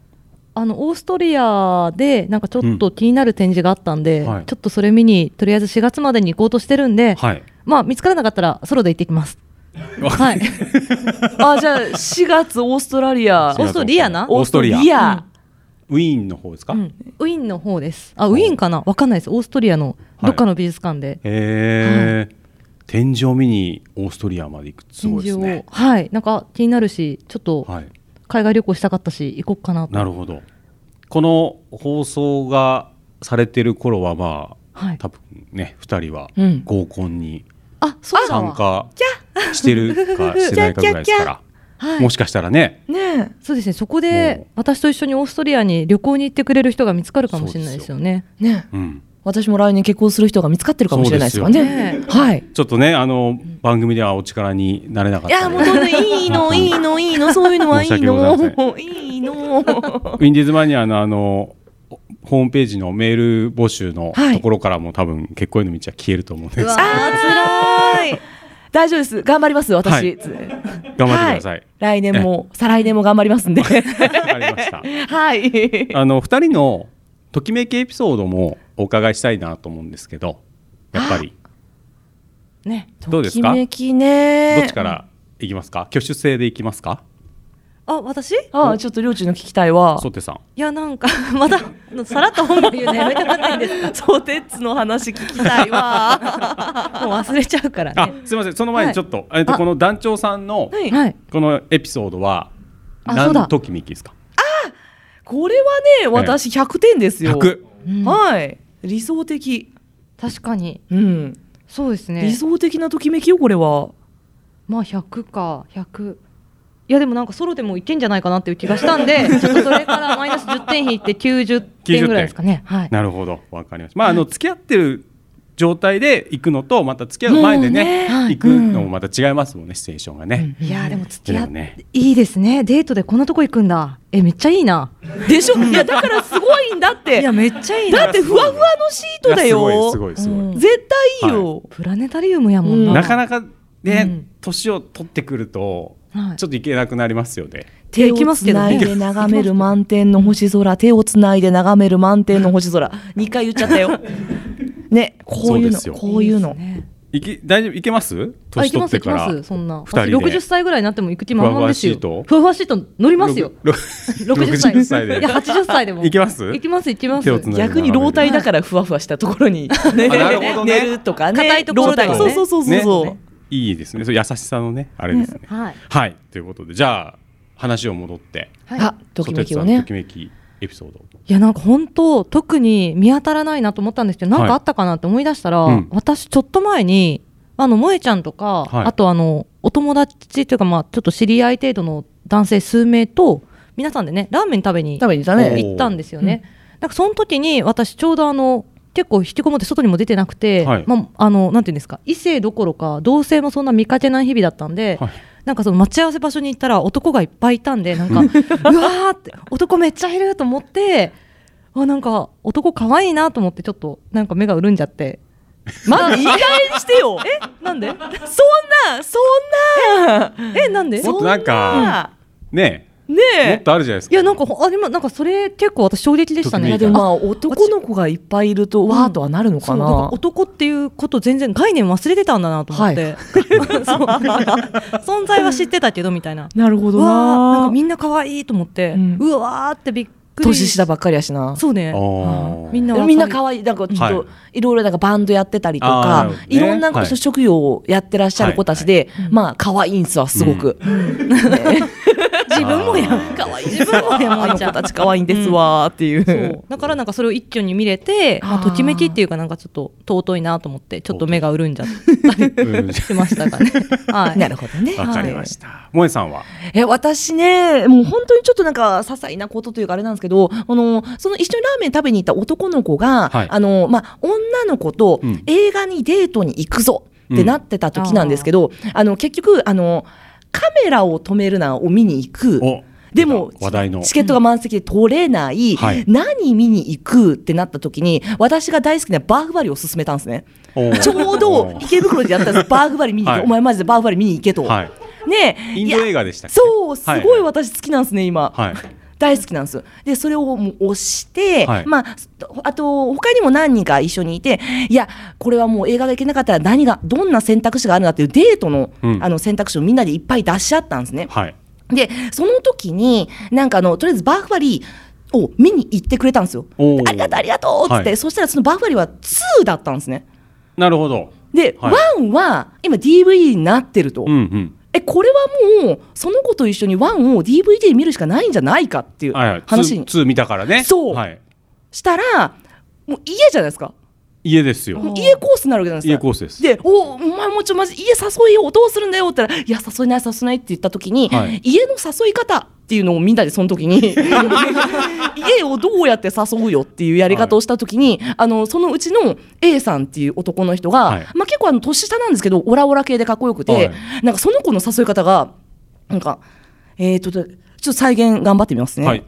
S4: あのオーストリアでなんかちょっと気になる展示があったんで、
S3: うんはい
S4: ちょっとそれ見にとりあえず4月までに行こうとしてるんで、
S3: はい
S4: まあ見つからなかったらソロで行ってきます
S3: わか
S4: はい
S1: あじゃあ4月オーストラリア
S3: そ
S4: オーストリアな
S3: オーストリア
S1: オーア
S3: ウィーンの方ですか
S4: う
S3: へ
S4: ん、ウィーンの方ですあウィーンかなわかんないですオーストリアのどっかの美術館で、
S3: え天井見にオーストリアまで行くってすごいですね
S4: はいなんか気になるしちょっと
S3: はい
S4: 海外旅行したかったし行こうかなと
S3: なるほどこの放送がされてる頃はま
S4: は
S3: あ
S4: い
S3: 多分ね二人は
S1: うん
S3: 合コンに
S4: あそうだ
S3: 参
S4: わ
S3: 加してるかしてないかぐらいですから
S4: はい
S3: もしかしたらね
S1: ね
S4: そうですねそこ
S3: もう
S4: で私と一緒にオーストリアに旅行に行ってくれる人が見つかるかもしれないですよね
S1: えねえ
S3: うん
S1: 私も来年結婚する人が見つかってるかもしれないですからね
S4: そうです
S1: はい
S3: ちょっとねあの番組ではお力になれなかっ
S1: い
S3: た
S1: や
S3: の
S1: もうど
S3: で
S1: んどんいいのいいのいいのそういうのはいい
S3: 申し訳ご
S1: のいいの
S3: ウィンディーズマニアのあのホームページのメール募集の
S1: はい
S3: ところからも多分結婚への道は消えると思うんです
S1: あー辛い大丈夫です頑張ります私、
S3: はい頑張ってください、
S1: 来年も再来年も頑張りますん で
S3: わかりました
S1: はい
S3: あの二人のときめきエピソードもお伺いしたいなと思うんですけどやっぱり
S4: ね
S3: どうですか
S1: ときめきね
S3: どっちからいきますか挙手制でいきますか
S4: あ私い
S1: ああちょっとりょうちんの聞きたいわ
S3: ソテさん
S4: やな んかまださらっと本部言うのやめてもらっていいですか
S1: ソテッツの話聞き たいわ
S4: もう忘れちゃうから
S3: あ
S4: ね
S3: すいませんその前にちょっと,、えっと
S4: あ
S3: この団長さんの
S1: はい
S4: はい
S3: このエピソードは
S4: あそうだ
S3: 何ときめきですか
S1: これはね私100点ですよ、
S3: 100
S1: はい理想的
S4: 確かに
S1: うん、
S4: そうですね
S1: 理想的なときめきよこれは
S4: まあ100か100いやでもなんかソロでもいけんじゃないかなっていう気がしたん でちょっとそれからマイナス10点引いて90点ぐらいですかねはい
S3: なるほどわかりましたまああの付き合ってる状態で行くのとまた付き合う前でね
S4: もうね
S3: 行くのもまた違いますもんねシチュエーションがね。
S4: いやーでも付き合っ
S3: でも
S4: て、
S3: ね
S4: いいですねデートでこんなとこ行くんだえめっちゃいいな
S1: でしょいやだからすごいんだって
S4: いやめっちゃいい
S1: だ
S4: な
S1: ってふわふわのシートだ
S3: いや
S1: よ
S3: すごいすごいすごい。
S4: うん
S1: 絶対いいよ、
S4: プラネタリウムやもんな、
S3: なかなか
S4: う
S3: ね
S4: ん
S3: 年、を取ってくると
S4: はい
S3: ちょっと行けなくなりますよね。
S1: 手をつないで眺める満天の星空手をつないで眺める満天の星 空2回言っちゃったよねこういうの
S3: そうですよ
S1: こういうの
S3: 行き大丈夫行けます？
S4: あ
S3: 年
S4: 行き
S3: 取
S4: ま
S3: っ
S4: す
S3: て
S4: 行き
S3: から。
S4: ますそんな
S3: 二人
S4: 私
S3: で
S4: 60歳ぐらいになっても行く気満々ですよ
S3: ふわふわシート
S4: ふわふわシート乗りますよ
S3: ろく
S4: 60歳
S3: 60歳で
S4: いや80歳でも
S3: 行きます
S4: 行きます行きます
S3: 手をつないで
S1: 逆に老体だからふわふわしたところ に、
S3: あなるほど
S1: 寝
S3: ね
S1: るとかね
S4: 硬いところだよね
S1: 老体そうそうそうそう、
S3: ねいいですね。そう優しさのねあれですね。
S4: はい
S3: はいということでじゃあ話を戻って。
S4: はい
S1: あときめきを
S3: ソテツさんの
S1: ね
S3: ときめきエピソード。
S4: いやなんか本当特に見当たらないなと思ったんですけどなん
S3: はい
S4: かあったかなって思い出したら、
S3: うん
S4: 私ちょっと前にあの萌えちゃんとか、
S3: はい
S4: あとあのお友達というかまあちょっと知り合い程度の男性数名と皆さんでねラーメン食べに
S1: 食べに行った
S3: お
S1: ね
S3: ー
S4: 行ったんですよね。なんかその時に私ちょうどあの結構引きこもって外にも出てなくて、
S3: はい
S4: まああのなんていうんですか異性どころか同性もそんな見かけない日々だったんで、
S3: はい
S4: なんかその待ち合わせ場所に行ったら男がいっぱいいたんでな んかうわーって男めっちゃいると思ってあなんか男可愛いなと思ってちょっとなんか目が潤んじゃって
S1: まず意外にしてよえ
S4: なんで
S1: そんなそんな
S4: えなんで
S3: もっとなんかね
S1: ね
S3: えもっ
S1: え
S3: とあるじゃないですか。
S4: いやなんかほあでもなんかそれ結構私衝撃でした
S3: とき
S1: い
S3: め
S1: や
S4: ね
S3: いた
S1: でもまあ男の子がいっぱいいるとわーとはなるの
S4: そ
S1: か
S4: う
S1: な、
S4: だから男っていうこと全然概念忘れてたんだなと思って、そう存在は知ってたけどみたいな
S1: なるほ
S4: う
S1: ど
S4: わーなん
S1: な
S4: かみんな可愛いと思って、う
S1: うん
S4: わーってびっくり
S1: 年下ばっかりやしな
S4: そうね
S3: あー
S4: うんみんな
S1: でも
S4: 若い
S1: みんな可愛いなんかちょっ
S3: はい
S1: といろいろなんかバンドやってたりと
S3: あー
S1: か、
S3: なるほどね
S1: いろんなこ
S3: は
S1: と
S3: い
S1: 職業をやってらっしゃる子たちで、まあ可愛いんすわすごく、
S4: 自分もや
S3: あー
S4: 可愛い自分もや
S1: あ
S4: も
S1: の
S4: いちゃ
S1: 子
S4: ん
S1: たち可愛いんですわーっていう,、
S4: そうだからなんかそれを一挙に見れてまあ
S1: あー
S4: ときめきっていうかなんかちょっと尊いなと思ってちょっと目が潤んじゃっ
S3: うん
S4: てましたかねは い
S1: なるほどね
S3: わかりました。萌えさんは
S1: え私ねもう本当にちょっとなんか些細なことというかあれなんですけどあのその一緒にラーメン食べに行った男の子が、
S3: はい
S1: あのまあ、女の子と
S3: うん
S1: 映画にデートに行くぞってなってた時なんですけど、あの結局あのカメラを止めるなを見に行く。
S3: お
S1: でも
S3: 話題の
S1: チケットが満席で取れない、
S3: はい
S1: 何見に行くってなった時に私が大好きなバーグバリを勧めたんですね
S3: おー
S1: ちょう
S3: お
S1: ど
S3: ー
S1: 池袋でやった んですバーグバリ見に行け、
S3: はい
S1: お前マジでバーグバリ見に行けと、
S3: はい
S1: ねえ
S3: インド映画でしたっけ
S1: そうすごい
S3: は
S1: 私好きなんですね今、
S3: いはい
S1: 大好きなんですでそれをもう押して、
S3: はい
S1: まああと他にも何人か一緒にいていやこれはもう映画が行けなかったら何がどんな選択肢があるんだっていうデートの,、
S3: うん
S1: あの選択肢をみんなでいっぱい出し合ったんですね
S3: はい
S1: でその時になんかあのとりあえずバーフバリーを見に行ってくれたんですよ
S3: おー
S1: でありがとうありがとうっつって、
S3: はい
S1: そしたらそのバーフバリーは2だったんですね
S3: なるほど
S1: で、
S3: はい
S1: 1は今 DVD になってると、
S3: うんうん
S1: えこれはもうその子と一緒にワンを DVD で見るしかないんじゃないかっていう
S3: はいはい
S1: 話に
S3: ツーツー見たからね
S1: そう
S3: はい
S1: したらもう家じゃないですか
S3: 家ですよ
S1: もう家コースになるわけじゃないですか
S3: 家コースです
S1: で「おお前もうちょマジ家誘いようどうするんだよ」って言ったら「いや誘えない誘えない」って言った時に、
S3: はい
S1: 家の誘い方っていうのをみんなでその 時に家をどうやって誘うよっていうやり方をした時に、あのそのうちの A さんっていう男の人が、
S3: はい
S1: まあ、結構あの年下なんですけどオラオラ系でかっこよくて、
S3: はい
S1: なんかその子の誘い方がなんかえー、とちょっと再現頑張ってみますね。
S3: はい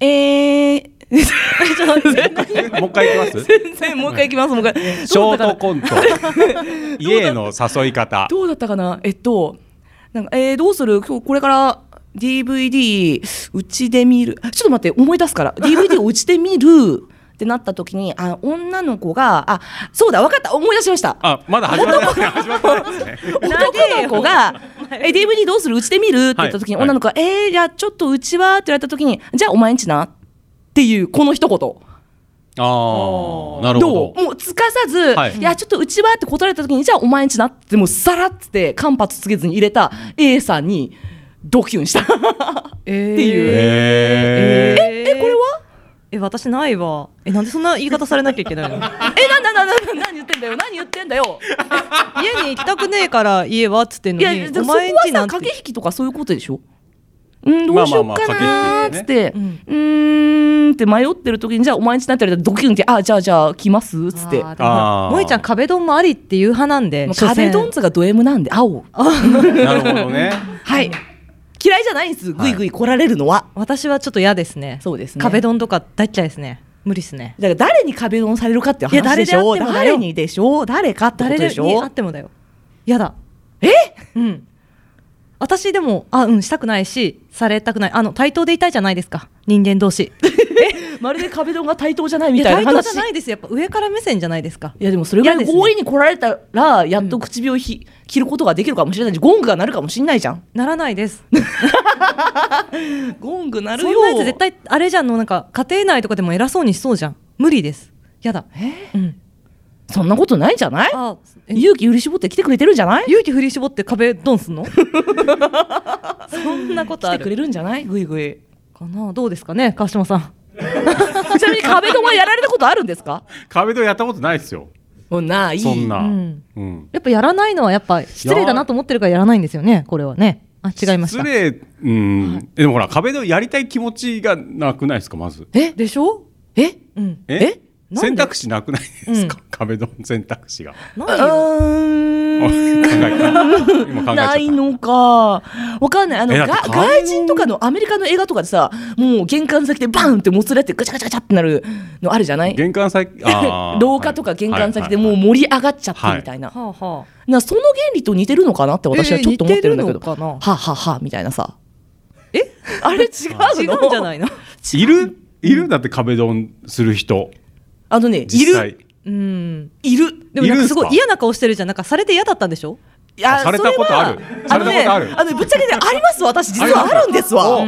S1: えー ちょっと待って
S3: もう一回い きます
S1: 全然もう一回いきます、もう一回。
S3: ショートコント家への誘い方
S1: どうだったかなえっと、なんか、えー、どうする今日これから DVD、うちで見る。ちょっと待って、思い出すから。DVD をうちで見るってなった時に、あ、女の子が、あ、そうだ、わかった、思い出しました。
S3: あまだ始まってない始まってないですね
S1: 男の子が、え、DVD どうするうちで見るって言った時に、
S3: はい
S1: 女の子が、えー、じゃあちょっとうちはって言われた時に、じゃあお前んちなっていう、この一言。
S3: あーな
S1: ど
S3: るほど
S1: うもうつかさず、
S3: はい
S1: い、やちょっとうちはって断られた時にじゃあお前んちなってもうさらって間髪つけずに入れた A さんにドキュンした
S4: えー
S1: っていう
S3: へえ
S1: えこれは
S4: え私ないわえなんでそんな言い方されなきゃいけないの
S1: えななななな何言ってんだよ何言ってんだよ
S4: 家に行きたくねえから家はっつってん
S1: い
S4: の
S1: や
S4: に
S1: そ
S4: お
S1: こは
S4: 前んちな
S1: さ
S4: んて
S1: 駆け引きとかそういうことでしょうん、どうしよう
S3: まあまあ
S1: か
S3: まあ
S1: なーっつって、
S4: うん
S1: うーんって迷ってる時に、じゃあお前んちになったらドキュンって、あ、じゃあじゃあ来ますっつって。
S4: あーでも
S3: あー
S4: 萌えちゃん壁ドンもありっていう派なんで
S1: もう壁ドンツがド M なんで、青。
S3: なるほどね。
S1: はい。嫌いじゃないんです。ぐいぐい来られるのは。
S4: 私はちょっと嫌ですね
S1: そうですね。
S4: 壁ドンとか大っちゃいですね無理ですね
S1: だから誰に壁ドンされるかっていう
S4: いや
S1: 話でしょ
S4: 誰であってもだよ
S1: 誰にでしょう誰かってこと
S4: 誰
S1: で
S4: で
S1: し
S4: に
S1: ょ
S4: あってもだよ嫌だ
S1: え
S4: うん私でもあうんしたくないしされたくないあの対等でいたいじゃないですか人間同士
S1: まるで壁ドンが対等じゃない
S4: い
S1: み
S4: や
S1: たい
S4: 対
S1: な
S4: 等
S1: 話
S4: じゃないですよやっぱ上から目線じゃないですか
S1: いやでもそれぐら
S4: 嫌
S1: い
S4: ですね
S1: 強引に来られたらやっと唇をひ切ることができるかもしれないしゴングが鳴るかもしれないじゃん
S4: ならないです
S1: ゴング鳴
S4: そんなやつ絶対あれじゃんのなんか家庭内とかでも偉そうにしそうじゃん無理ですやだ
S1: え
S4: うん
S1: そんなことないじゃない
S4: あえ
S1: 勇気振り絞って来てくれてるんじゃない
S4: 勇気振り絞って壁ドンすんの そんなこと
S1: 来
S4: あ
S1: てくれ
S4: る
S1: るんじゃないぐいぐい
S4: かなどうですかね川島さん
S1: ちなみに壁ドンはやられたことあるんですか
S3: 壁ドンやったことないですよ。
S1: もうない
S3: そんな。
S4: う
S3: うんん。
S4: やっぱやらないのはやっぱ失礼だなと思ってるからやらないんですよねこれはねあ違いまし
S3: 失
S4: た
S3: 礼。うん。でもほら壁ドンやりたい気持ちがなくないですかまず。
S1: えでしょえ
S4: うん
S1: え
S4: なんで
S3: 選択肢なくないですか、壁ドン選択肢が。
S4: 何 よ
S1: う
S3: 考
S1: ーん
S3: えた。今考えちゃった。
S1: ないのか。わかんない。あの、
S3: えだ
S1: が
S3: って顔
S1: 外人とかのアメリカの映画とかでさ、もう玄関先でバンってもつれてガチャガチャガチャってなるのあるじゃない
S3: 玄 関先あー
S1: 廊下とか玄関先で
S3: はい
S1: も
S3: は
S1: う
S3: いはい
S1: 盛り上がっちゃってみたいな。
S4: はあはあ
S1: なその原理と似てるのかなって私はちょっと思ってるんだけど。
S4: えー似てる
S1: は
S4: の
S1: あはあはあみたいなさ。え あれ違う
S4: 違
S1: の
S4: うんじゃないの
S3: いるいるだって壁ドンする人
S1: あのね、い
S3: 実際
S1: る、
S4: うん
S1: いる。
S4: でもなん
S3: いるんすか
S4: かすごい嫌な顔してるじゃんなんかされて嫌だったんでしょ
S1: いや
S3: されたことある
S1: それは
S3: されたことある
S1: のね、あのぶっちゃけね、あります、私、実は
S3: あります
S1: あるんですわ。
S3: お
S1: ある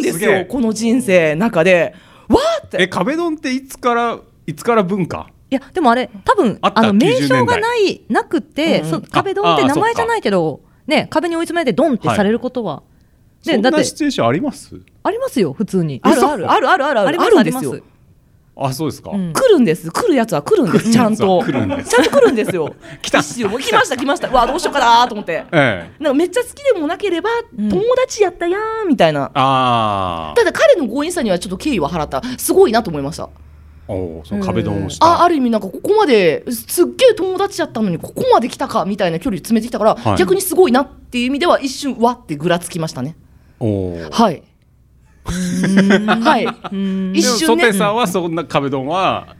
S1: んです
S3: すげ
S1: よ、
S3: え
S1: この人生中で。わーって。
S3: え壁ドンっていつからいつから文化
S4: いやでもあれ多分
S3: あ
S4: あ
S3: った
S4: の名称が
S3: 90年代
S4: ないなくて、
S1: うんうん
S4: そ壁ドンって名前じゃないけどね壁に追い詰めてドンってされることは、
S3: そ
S4: ね
S3: ん
S4: だっ
S3: な
S4: て
S3: シチュエーションあります
S4: ありますよ普通に
S1: あるあるあるあるあるあ
S4: あり
S1: る
S4: ま
S1: あ
S4: す
S1: る
S4: あ
S1: んで
S4: ります
S1: よ
S4: す。
S3: あそうですか、
S4: うん
S1: 来るんです来るやつは来るんですちゃんと
S3: 来るんです
S1: ちゃんと来るんですよ
S3: 来た
S1: 一応もう来ました来ましたわあどうしようかなーと思って
S3: ええ
S1: なんかめっちゃ好きでもなければ
S4: ん
S1: 友達やったやーみたいな、
S3: あ
S1: ただ彼の強引さにはちょっと敬意は払ったすごいなと思いました
S3: あおおその壁ドンをした
S1: あある意味なんかここまですっげえ友達やったのにここまで来たかみたいな距離詰めてきたから、
S3: はい
S1: 逆にすごいなっていう意味では一瞬わってぐらつきましたね
S3: おお
S1: はいはい
S4: うん
S1: 一
S3: でも
S1: 瞬
S3: ソ
S1: ね
S3: テさんはそんな壁ドンは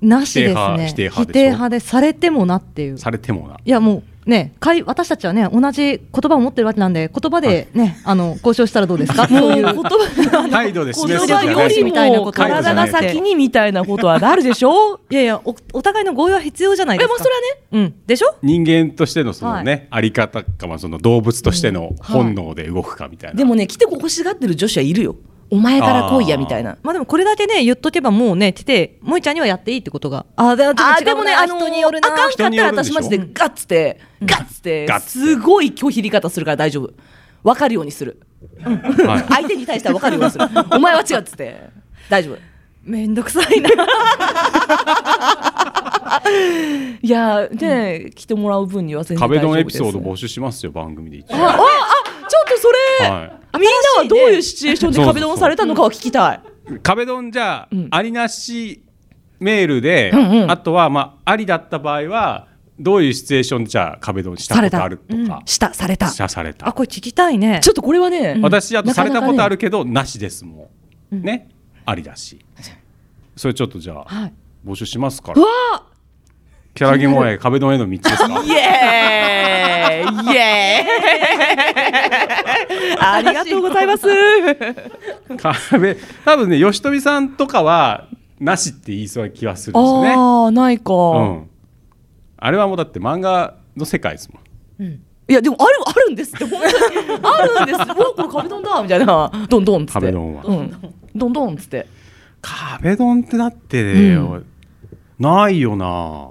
S4: なしですね
S3: 否定派
S4: 否定派
S3: 否定派
S4: でされてもなっていう
S3: されてもない
S4: やもうねかい私たちはね同じ言葉を持ってるわけなんで言葉でね、あの交渉したらどうですかそういう言葉
S3: 態度で
S1: こ
S3: 示
S1: れ
S3: すんじゃ
S1: は
S3: な
S1: よ
S3: いで
S1: り
S3: すよ
S1: も
S4: みたいなこと
S1: 体が先にみたいなことはなるでしょ
S4: いやいやおお互いの合意は必要じゃないで
S1: え
S4: す
S1: ま
S4: か
S1: あそれはね
S4: うんでしょ
S3: 人間としてのそのね、
S4: は
S3: あり方か、まあ、その動物としての本能で動くかみたいな、
S1: でもね来て欲しがってる女子はいるよお前から来いやみたいな
S4: まあでもこれだけね言っとけばもうね来て萌ちゃんにはやっていいってことがあーでも
S1: あー
S4: で
S1: で
S4: も
S1: も
S4: ね
S1: ね、
S4: あ
S1: あ
S4: の
S1: の
S4: 人によるな
S1: あかんか
S3: 人
S1: っ
S3: に
S1: た
S3: よ
S1: ら
S3: るでし
S1: 私
S3: ょ
S1: マジでガッツって、ガッツって
S3: ガッツって
S1: すごい拒否り方するから大丈夫分かるようにする
S3: はい
S1: 相手に対しては分かるようにするお前は違うっつって大丈夫
S4: めんどくさいな
S1: いやーね、来てもらう分には全然大
S3: 壁
S1: 丈
S3: ド
S1: 夫
S3: ン
S1: です
S3: エピソード募集しますよ番組で一応、
S1: あああちょっとそれ、
S3: は
S1: みんなはどういうシチュエーションで壁ドンされたのかは聞きたい
S3: い、壁ドンじゃあ、
S1: ん
S3: ありなしメールで、
S1: うんうん
S3: あとはまあありだった場合はどういうシチュエーションでじゃあ壁ドンしたことあるとか、
S1: したされた
S3: しゃされた
S4: あこれ聞きたいね
S1: ちょっとこれはね、
S3: 私あと
S1: な
S3: さ
S1: か
S3: れ
S1: なか
S3: た
S1: ね
S3: ことあるけどな,、しですもん、ねありだしそれちょっとじゃあ、
S4: はい
S3: 募集しますからキャラゲモエ壁ドンへの道ですか
S1: イエーイイエーイありがとうございます。
S3: 壁多分ね吉富さんとかはなしって言いそうな気はするんですね
S1: ああ、ないか、
S3: うん、あれはもうだって漫画の世界ですもん
S1: いや、でもある、あるんですって、本当に。あるんです。もうこれ壁ドンだみたいな。どんどんっつって。
S3: 壁ドンは
S1: うん。どんどんっつって。
S3: 壁ドンってだってね、
S1: うん
S3: ないよな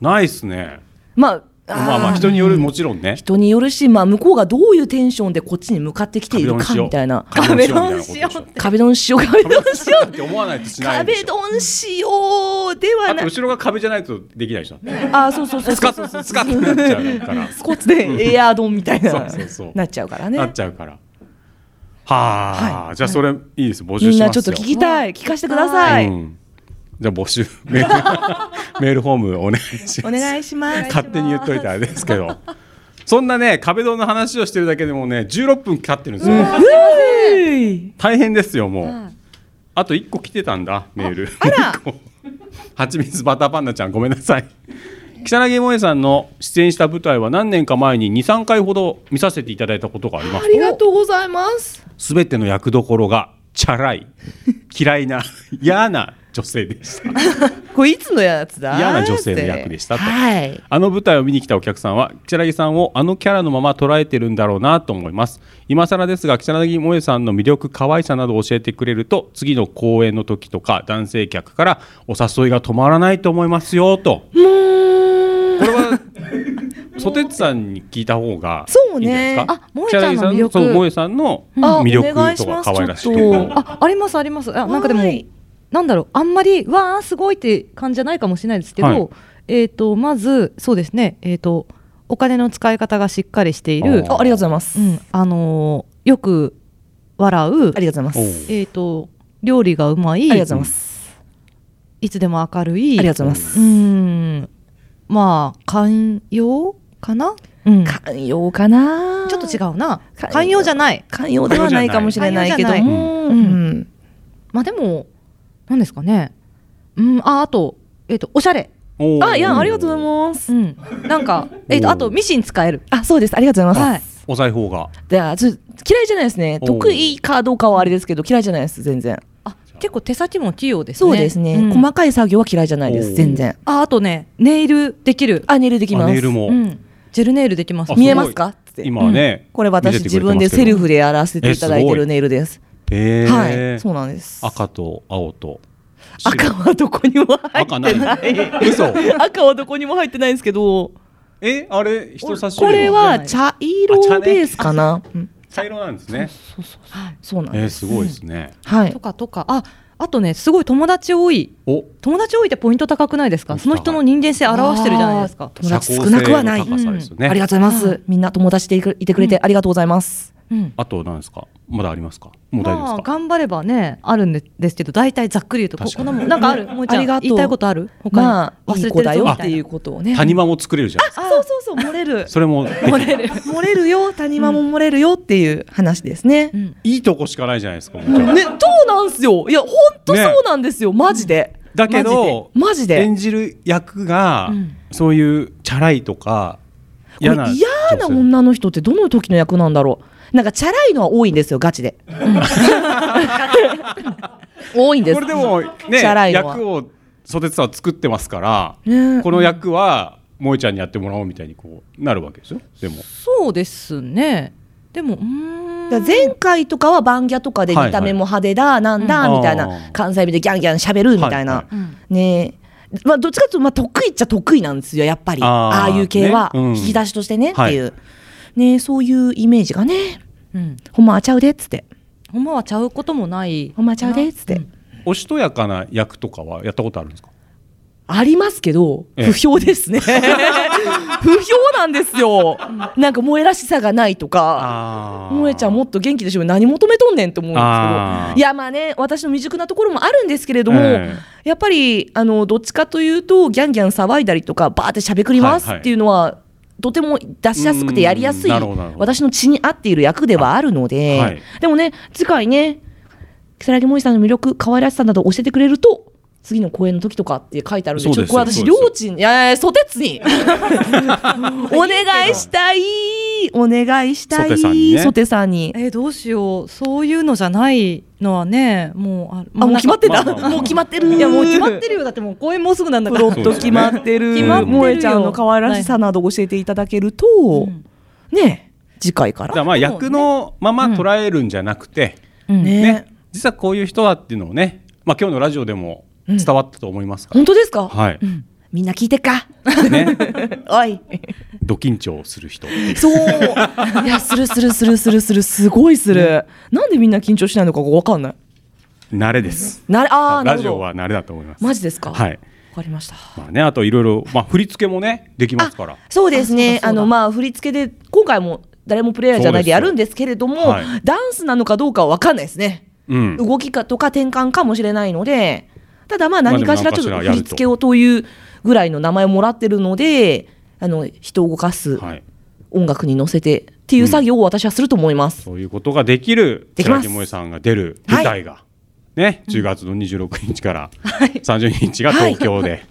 S3: ないっすね
S1: まあ、あー
S3: まあまあ人によるもちろんね
S1: 人によるし、まあ、向こうがどういうテンションでこっちに向かってきているかみたいな。
S3: 壁ドンしよう
S1: 壁ドンしよう、壁
S3: 壁ド
S1: ド
S3: ン
S1: ン
S3: し
S1: しよ
S3: よ
S1: う
S3: うっ。て思わないとしないで
S1: 壁
S3: しょ
S1: ドンしようでは
S3: あ
S1: な
S3: と
S1: い。
S3: 後ろが壁じゃないとできないでしょ
S1: あー、そうそうそう
S3: スカ
S1: そう
S3: ッとスカッとなっちゃうから
S1: スコッツでエアードンみたいな
S3: そうそうそう
S1: なっちゃうからね
S3: なっちゃうからはあ、じゃあそれいいです募集
S1: みん
S3: しますよ
S1: なちょっと聞きたい聞かせてください、
S3: うんじゃあ募集メール メールフォームお願いし
S1: お
S3: ます
S1: 願いします
S3: 勝手に言っといてあれですけどそんなね壁ドンの話をしてるだけでもうね16分経ってるんですよ、大変ですよもう、あと1個来てたんだメール
S1: あら
S3: 一個はちみつバターパンダちゃんごめんなさい木更木萌さんの出演した舞台は何年か前に23回ほど見させていただいたことがあります
S1: ありがとうございます
S3: すべての役どころがチャラい嫌いな嫌な女性でした
S1: これいつのやつだ
S3: 嫌な女性の役でしたと
S1: はい
S3: あの舞台を見に来たお客さんは木更木さんをあのキャラのまま捉えてるんだろうなと思います今更ですが木更木萌さんの魅力可愛さなどを教えてくれると次の公演の時とか男性客からお誘いが止まらないと思いますよとこれはソテツさんに聞いた方が
S1: そう
S3: いいんじゃないで
S1: ね
S3: すか
S4: あ萌さんの魅力
S3: 木更
S1: あお願
S3: 木さんそう萌さんの魅
S1: い
S3: 力
S1: し
S3: とか
S1: ます
S3: 可愛らしいと
S1: ちょっと
S4: あありますありますあなんかでも
S1: はい
S4: なんだろうあんまりわあすごいって感じじゃないかもしれないですけど、
S3: はい
S4: えっ、とまずそうですねえっ、とお金の使い方がしっかりしている
S3: あ
S1: あありがとうございます、
S4: うん、あのーよく笑う
S1: ありがとうございます
S4: えっ、と料理がうま
S1: あ
S4: い
S1: りがとうございます
S4: いつでも明るい
S1: ありがとうございます
S4: うーんまあ寛容かな、うんち
S1: 寛容かな
S4: ょっと違
S1: う
S4: うな
S1: 寛容
S4: 寛容じゃない
S1: 寛容ではないかもしれないけども
S4: 寛容じゃない
S1: うん
S4: まあでも何ですかねうんああとえっ、とおしゃれ
S3: おー
S1: あいやありがとうございます
S4: うんなんかえっ、
S3: お
S4: と
S3: ー
S4: あとミシン使える
S1: あそうですありがとうございます、
S4: はい
S3: お裁縫が
S1: ではちょっと嫌いじゃないですね
S3: おう
S1: 得意かどうかはあれですけど嫌いじゃないです全然
S4: あ結構手先も器用ですね
S1: そうですね、
S4: ん
S1: 細かい作業は嫌いじゃないで
S3: おう
S1: す全然
S4: ああとねネイルできる
S1: あネイルでき
S3: あ
S1: ます
S3: ネイルも、
S4: うんジェルネイルできます
S3: あ
S1: 見えますかって
S3: 今はね、
S1: これ私
S3: 見せ
S1: 自
S3: てくれ
S1: 分
S3: てま
S1: です
S3: けど
S1: セルフでやらせていただいてるネイルです
S3: へー
S1: はいそうなんです
S3: 赤と青と白
S1: 赤はどこにも入って
S3: 赤な
S1: ないい
S3: 嘘
S1: 赤はどこにも入ってないんですけど
S3: えあれ人差し指
S1: これは茶
S3: あ茶
S1: 色
S3: ね
S1: ベースかな、うん
S3: 茶色なんですね
S1: そうなん
S3: えー、
S1: です、
S3: すごいですね、
S1: はい
S4: とかとかああとねすごい友達多い
S3: お
S4: 友達多いってポイント高くないですか
S3: ポイン
S4: そ
S3: ト高い
S4: の人の人間性表してるじゃないですか
S1: 友達少なくはない、
S3: 社交性の高さですよね、
S1: ありがとうございます、みんな友達でいくいてくれてありがとうございます、
S4: うん
S3: あと何ですかまだありますかもう大丈
S4: ま
S3: 夫
S4: あ
S3: ですか、
S4: 頑張ればねあるんでですけど大体ざっくり言うとこ
S3: 確か
S4: こ
S3: に
S4: のもなんかあるもうち
S1: あ
S4: ゃ
S1: り
S4: ん
S1: がとう
S4: 言いたいことある他に
S1: まあいい子だよ
S4: み
S1: って
S4: たいな
S1: いうことをね
S3: 谷間も作れるじゃん
S1: あそうそうそう漏れる
S3: それもできる
S1: 漏れるよ谷間も漏れるよっていう話ですね、
S4: うん
S3: いいとこしかないじゃないですかもうじゃあ
S1: ねそうなんすよいやほんとそうなんですよ、マジで
S3: だけど
S1: マジでマジで
S3: 演じる役が、
S4: うん
S3: そういうチャラいとか
S1: これ
S3: 嫌な
S1: 嫌な女の人ってどの時の役なんだろうなんかチャラいのは多いんですよガチで 多いんです
S3: これでも
S1: チャラ
S3: ね
S1: いのは
S3: 役を袖津さんは作ってますから、
S1: ね
S3: この役は萌ちゃんにやってもらおうみたいにこうなるわけですよでも
S4: そうですねでもうーん
S1: だから前回とかはバンギャとかで
S3: はい
S1: 見た目も派手だなんだ
S3: うん
S1: みたい
S3: あー
S1: な関西弁でギャンギャン喋るみたい
S3: はい
S1: な
S3: は
S4: うん
S1: ねえまあどっちかというとまあ得意っちゃ得意なんですよやっぱり
S3: あー
S1: ああいう系は
S3: ねうん
S1: 引き出しとしてねって
S3: はい
S1: いうねえそういうイメージがね
S4: うん
S1: ほんまはちゃうでっつって
S4: ほんまはちゃうこともない
S1: ほんまはちゃうでっつって
S3: おしとやかな役とかはやったことあるんですか
S1: ありますけど、
S3: ええ
S1: 不評ですね。 不評なんですよ。なんか萌えらしさがないとか、
S3: あ
S1: 萌えちゃんもっと元気でしょ、何求めとんねんと思うんです
S3: あ
S1: け
S3: ー
S1: ど。いや、まあね、私の未熟なところもあるんですけれども、
S3: え
S1: やっぱり、あの、どっちかというと、ギャンギャン騒いだりとか、バーって喋くり回す
S3: はいはい
S1: っていうのは、とても出しやすくてやりやすい
S3: うんなるほどなるほど
S1: 私の血に合っている役ではあるので、
S3: はい
S1: でもね次回ね如月萌衣さんの魅力可愛らしさなどを教えてくれると次の公演の時とかって書いてあるんで
S3: そう
S1: ちょ
S3: で
S1: っ
S3: す
S1: とこれ私
S3: そう
S1: り
S3: です
S1: ょうちんいやいやソテ ツにお願いしたいお願いしたい
S3: ソテさんにね
S1: ソテさんに
S4: えーどうしようそういうのじゃないのはねもうある
S1: あもう
S4: なん
S1: 決
S4: か
S1: まってた
S3: まあまあま あ
S1: もう決まってる
S4: いやもう決まってるよだってもう公演もうすぐなんだ
S1: プ
S4: か
S1: ロ
S4: ら
S1: ット決まってる
S3: 決まってるよ
S1: 萌えちゃんの可愛らしさなどを教えていただけると、
S4: ん
S1: ね次回か
S3: じゃあ
S1: ら
S3: まあ役のまま捉えるんじゃなくて、
S4: うん
S1: ね
S3: ね実はこういう人だっていうのをね、まあ、今日のラジオでも伝わったと思いますから、
S1: 本当ですか、
S3: はい、
S1: みんな聞いてっか
S3: ね
S1: おい
S3: ド緊張する人
S1: そういやするするするするするすごいする、なんでみんな緊張しないのかがわかんない
S3: 慣れです
S1: なれああな
S3: ラ
S1: るほ
S3: ジ
S1: ど
S3: オは慣れだと思います
S1: マジですか
S3: はい
S1: わかりました
S3: まあねあといろいろまあ振り付けもねできますから
S1: そうですね
S4: あ
S1: あ
S4: そうだそうだ
S1: のまあ振り付けで今回も誰もプレイヤーじゃないでやるんですけれども、
S3: そうですよはい
S1: ダンスなのかどうかは分かんないですね。
S3: うん、
S1: 動きかとか転換かもしれないので、ただまあ
S3: まあでも
S1: 何かしらちょっ
S3: 何
S1: と
S3: かしらやると
S1: 振り付けをというぐらいの名前をもらってるので、あの人を動かす
S3: はい、
S1: 音楽に乗せてっていう作業を私はすると思います。
S3: そういうことができる
S1: できます
S3: 白木萌さんが出る
S1: はい
S3: 舞台が、ね、10月の26日から30日が東京で、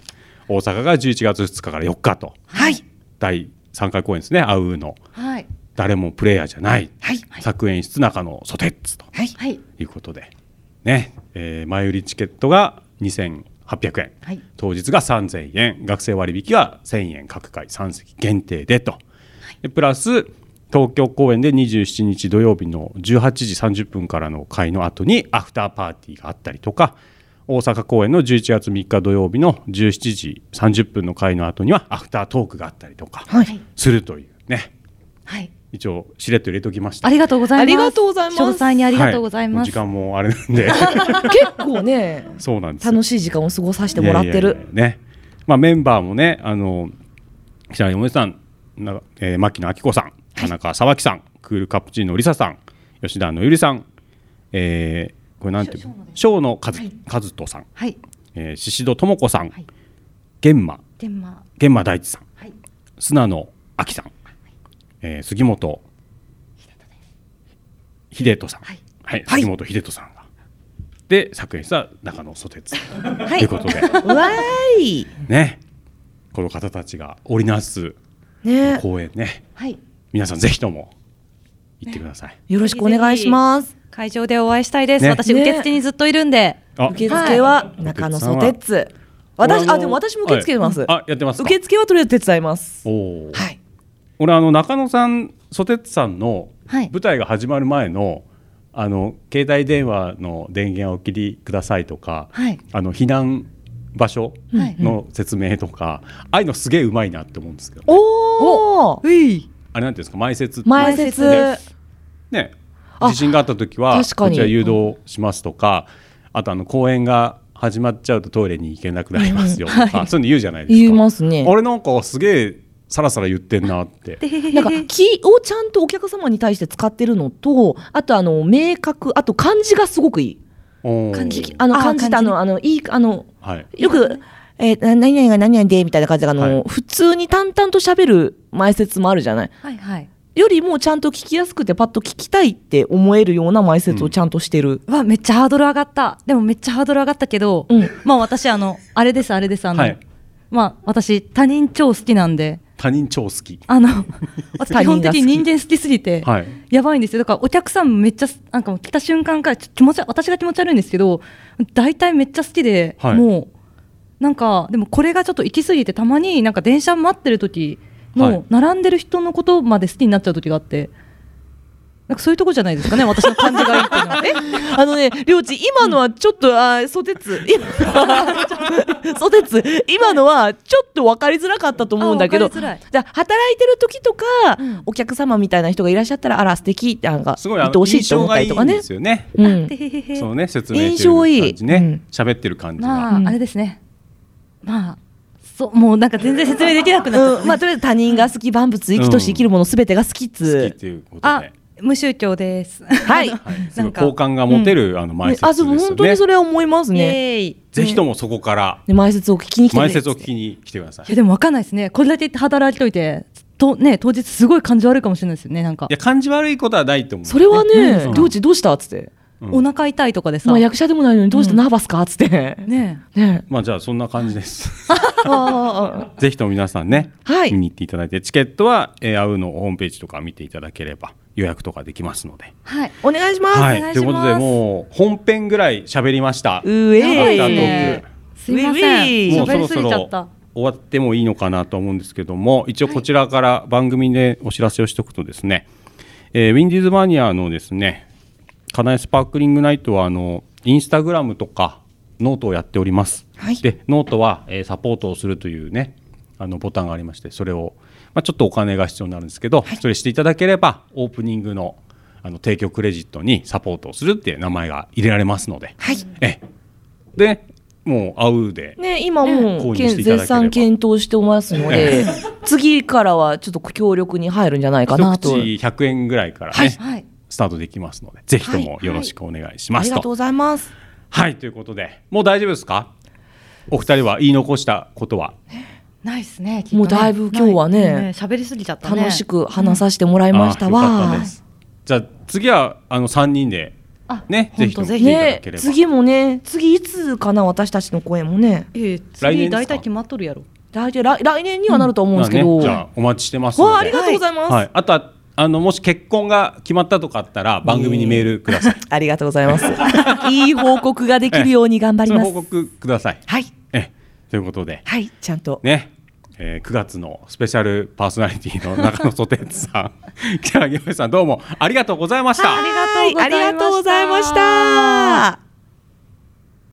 S3: 大阪が11月2日から4日と
S1: はい。
S3: 第3回公演ですね「アウーの
S4: はい。
S3: 誰もプレイヤーじゃない」
S1: はい。
S3: 作演出中野ソテッツと
S1: はい。
S4: はい。
S3: いうことで、ねえー前売りチケットが2800円、
S1: はい
S3: 当日が3000円学生割引は1000円各回3席限定でと、でプラス東京公演で27日土曜日の18時30分からの会の後にアフターパーティーがあったりとか大阪公演の11月3日土曜日の17時30分の会の後にはアフタートークがあったりとか
S1: はい。
S3: するというね
S4: はい。
S3: 一応しれっと入れておきました
S4: ありがとうございます。
S1: ありがとうございます
S4: 詳細にありがとうございます。
S3: はいもう時間もあれなんで
S1: 結構ね、
S3: そうなんですよ
S1: 楽しい時間を過ごさせてもらって
S3: いやいや
S1: る。
S3: いやね。まあメンバーもね、あの北山さん、なえー、牧野明子さん、田中沢木さん、クールカプチーノリサさん、吉田のゆりさん、えー、これなんていうの、小野和和人さん、
S4: はい。
S3: えー、宍戸智子さん、玄馬
S4: で、ま
S3: 玄馬大地さん、
S4: はい
S3: 砂野亜紀さん、えー杉本秀人さん、はい杉本秀人さんが、で作演した中野ソテツ、
S4: は
S3: とい。
S4: いう
S3: こ とで。
S1: わーい。
S3: ね、この方たちが織りなす
S1: ね。
S3: 公演ね、
S4: はい。
S3: 皆さんぜひとも行ってください。
S1: よろしくお願いします。
S4: 会場でお会いしたいです。
S3: ね
S4: 私、
S1: ね
S4: 受付にずっといるんで。
S3: あ
S1: 受付は中野ソテッツ。私、あ、でも私も受け付けてます。
S3: あ、やってますか。
S1: 受付はとりあえず手伝います。
S3: おお。
S1: はい。
S3: 俺あの中野さん、ソテツさんの
S4: はい
S3: 舞台が始まる前の。あの携帯電話の電源をお切りくださいとか、
S4: はい
S3: あの避難場所
S4: はい
S3: の説明とか、ああいうのすげえうまいなって思うんですけど、
S1: おお。うい。
S3: あれなんていうんですか前説っていう
S1: 前
S3: ね
S1: 説。
S3: ね、
S1: あ
S3: 地震があった時は
S1: 確か
S3: こ
S1: に
S3: ちら誘導しますとか、あとあの公演が始まっちゃうとトイレに行けなくなりますよとか、そういうの言うじゃないですか。
S1: 言いますね。
S3: 俺なんかすげえさらさら言ってんなって。
S1: なんか気をちゃんとお客様に対して使ってるのと、あとあの明確、あと漢字がすごくいい。
S3: おー
S1: あの
S4: あー
S1: 漢字って
S4: 漢
S1: あ
S4: 字ね
S1: のあのいいあの
S3: はい。
S1: よく。えー何々が何々でみたいな感じであの、
S3: はい
S1: 普通に淡々と喋る前説もあるじゃない
S4: はい。はい。
S1: よりもちゃんと聞きやすくてパッと聞きたいって思えるような前説をちゃんとしてる、
S4: うわ、めっちゃハードル上がった。でもめっちゃハードル上がったけど、
S1: うん
S4: まあ私、あの、あれです、あれです、あの、
S3: はい
S4: まあ私、他人超好きなんで、
S3: 他人超好き。
S4: あの、私
S1: 他
S4: 基本
S1: 人が好き
S4: 的に人間好きすぎて、
S3: はい。
S4: やばいんですよ。だからお客さんもめっちゃ、なんかもう来た瞬間からちょ気持ち悪い、私が気持ち悪いんですけど、大体めっちゃ好きで、
S3: はい
S4: もう、なんか、でもこれがちょっと行き過ぎて、たまになんか電車待ってる時
S3: は
S4: の
S3: い、
S4: 並んでる人のことまで好きになっちゃう時があって、なんかそういうとこじゃないですかね、私の感じがいいっていうのは。
S1: あのね、りょうち、今のはちょっと、あー、ソテツ、今 ソテツ、今のはちょっと分かりづらかったと思うんだけ
S4: あ
S1: ど、
S4: 分かりづらい
S1: じゃあ働いてる時とか、
S4: うん
S1: お客様みたいな人がいらっしゃったら、あら、素敵って、なんか、
S3: すごいあ
S1: 愛
S3: の
S1: おしい
S3: 印
S1: と思
S3: 象
S1: った
S3: がい
S1: り
S3: い
S1: とか
S3: ん
S1: ね
S3: で。すよね。
S1: うん
S4: へへへ
S3: そのね説明
S1: 印象
S3: と
S1: い
S3: い
S1: いう
S3: 感じね
S1: うん、
S3: 喋ってる感じ
S4: まあ、
S3: が。
S1: うん
S4: あれですね。まあ、そう、もうなんか全然説明できなくなっちゃった。
S1: うんまあ、とりあえず他人が好き、万物生きとし生きるものすべてが好きっ
S3: 好き
S1: つ
S3: っ。ていうこと
S4: あ
S3: で、、
S4: 無宗教です。
S1: はい。
S3: はい、すご
S4: ないんか
S3: 好感が持てる、あの前
S1: ね
S3: 説
S1: あ、
S3: です
S1: そ
S3: よ
S1: う、
S3: ね。
S1: 本当にそれは思います
S4: イエ
S1: ね。
S4: ーイ。
S3: ぜひともそこから
S1: で、前説を聞きに来てくれ
S3: 前説を聞きに来てください。
S4: いやでもわかんないですね。これだけ働いといて、とね当日すごい感じ悪いかもしれないですよね。なんか
S3: いや感じ悪いことはないと思う。
S1: それは
S3: う
S1: ね
S3: ん、
S1: りょうち、どうしたっつって。
S3: うん
S4: お腹痛いとかでさ、
S1: まあ、役者でもないのに、どうした、
S4: うん
S1: ナーバスかっつって。
S4: ね
S1: ね。
S3: まあじゃあそんな感じです。
S1: あーあ
S3: ぜひとも皆さんね、
S1: ー、はい
S3: 見。に行っていただいてチケットは、えー、アウのホームページとか見ていただければ予約とかできますので。
S4: はい。
S1: お願いします。
S3: はい
S4: お願いし
S3: とい
S4: ます
S3: うことでもう本編ぐらい喋りました。
S1: うえ
S3: アフタートーク
S4: ねすいません。
S1: ウィウィ
S3: もうそ
S4: 喋
S3: ろ
S4: りす
S3: そ
S4: ぎちゃ
S3: ろ
S4: った。
S3: 終わってもいいのかなと思うんですけども一応こちらから番組でお知らせをしておくとですね、えーウィンディーズマニアのですねカナエスパークリングナイトはあのインスタグラムとかノートをやっております、
S1: はい
S3: でノートは、えーサポートをするというねあのボタンがありましてそれを、まあ、ちょっとお金が必要になるんですけど、それしていただければオープニングのあの提供クレジットにサポートをするっていう名前が入れられますので、
S1: はい。
S3: ええでもう会うで
S1: ね、今も
S3: 購
S1: う、
S3: 入していただければ
S1: けん絶賛検討してますので、次からはちょっと協力に入るんじゃないかな
S3: 一
S1: と。は
S3: 口
S1: い。
S3: 100円ぐらいからね、
S1: はい。
S3: スタートできますのでぜひともよろしくお願いし
S1: あ
S3: ま
S1: り
S3: す
S1: がとう
S3: と。
S1: ございます。
S3: はいということでもう大丈夫ですかお二人は言い残したことは
S4: ないですね。
S1: もうだいぶ今日はね
S4: ない喋りすぎちゃったね。
S1: 楽しく話させてもらいました
S3: あーよか
S1: わ
S3: った。ですじゃあ次はあの3人で
S4: あ
S3: ね
S4: ほ
S3: ぜ
S4: ん
S3: ひと
S4: と
S3: も
S4: ぜ
S3: 来
S4: ひ
S3: ていただ
S1: ね
S3: けれ、ば、
S1: 次もね、次いつかな、私たちの声もね。
S4: え
S3: 来年
S4: え、
S3: です
S4: 次
S3: か
S4: 大体決まっとるやろ。
S1: 大体来来年にはなると思うん
S3: ま
S1: です
S3: あ
S1: け
S3: ね
S1: ど。
S3: じゃあお待ちしてますので
S1: わあ、ありがとうございます。
S3: はい、あとはあのもし結婚が決まったとかあったら番組にメールください。
S1: ありがとうござい ます。いい報告ができるように頑張り
S3: その
S1: ます
S3: 報。告ください。
S1: はい。
S3: えということで
S1: はい、ちゃんと。
S3: ね、えー、9月のスペシャルパーソナリティの中野ソテツさん、 北原洋平さんどうもありがとうございました。
S1: はいありがとうございました。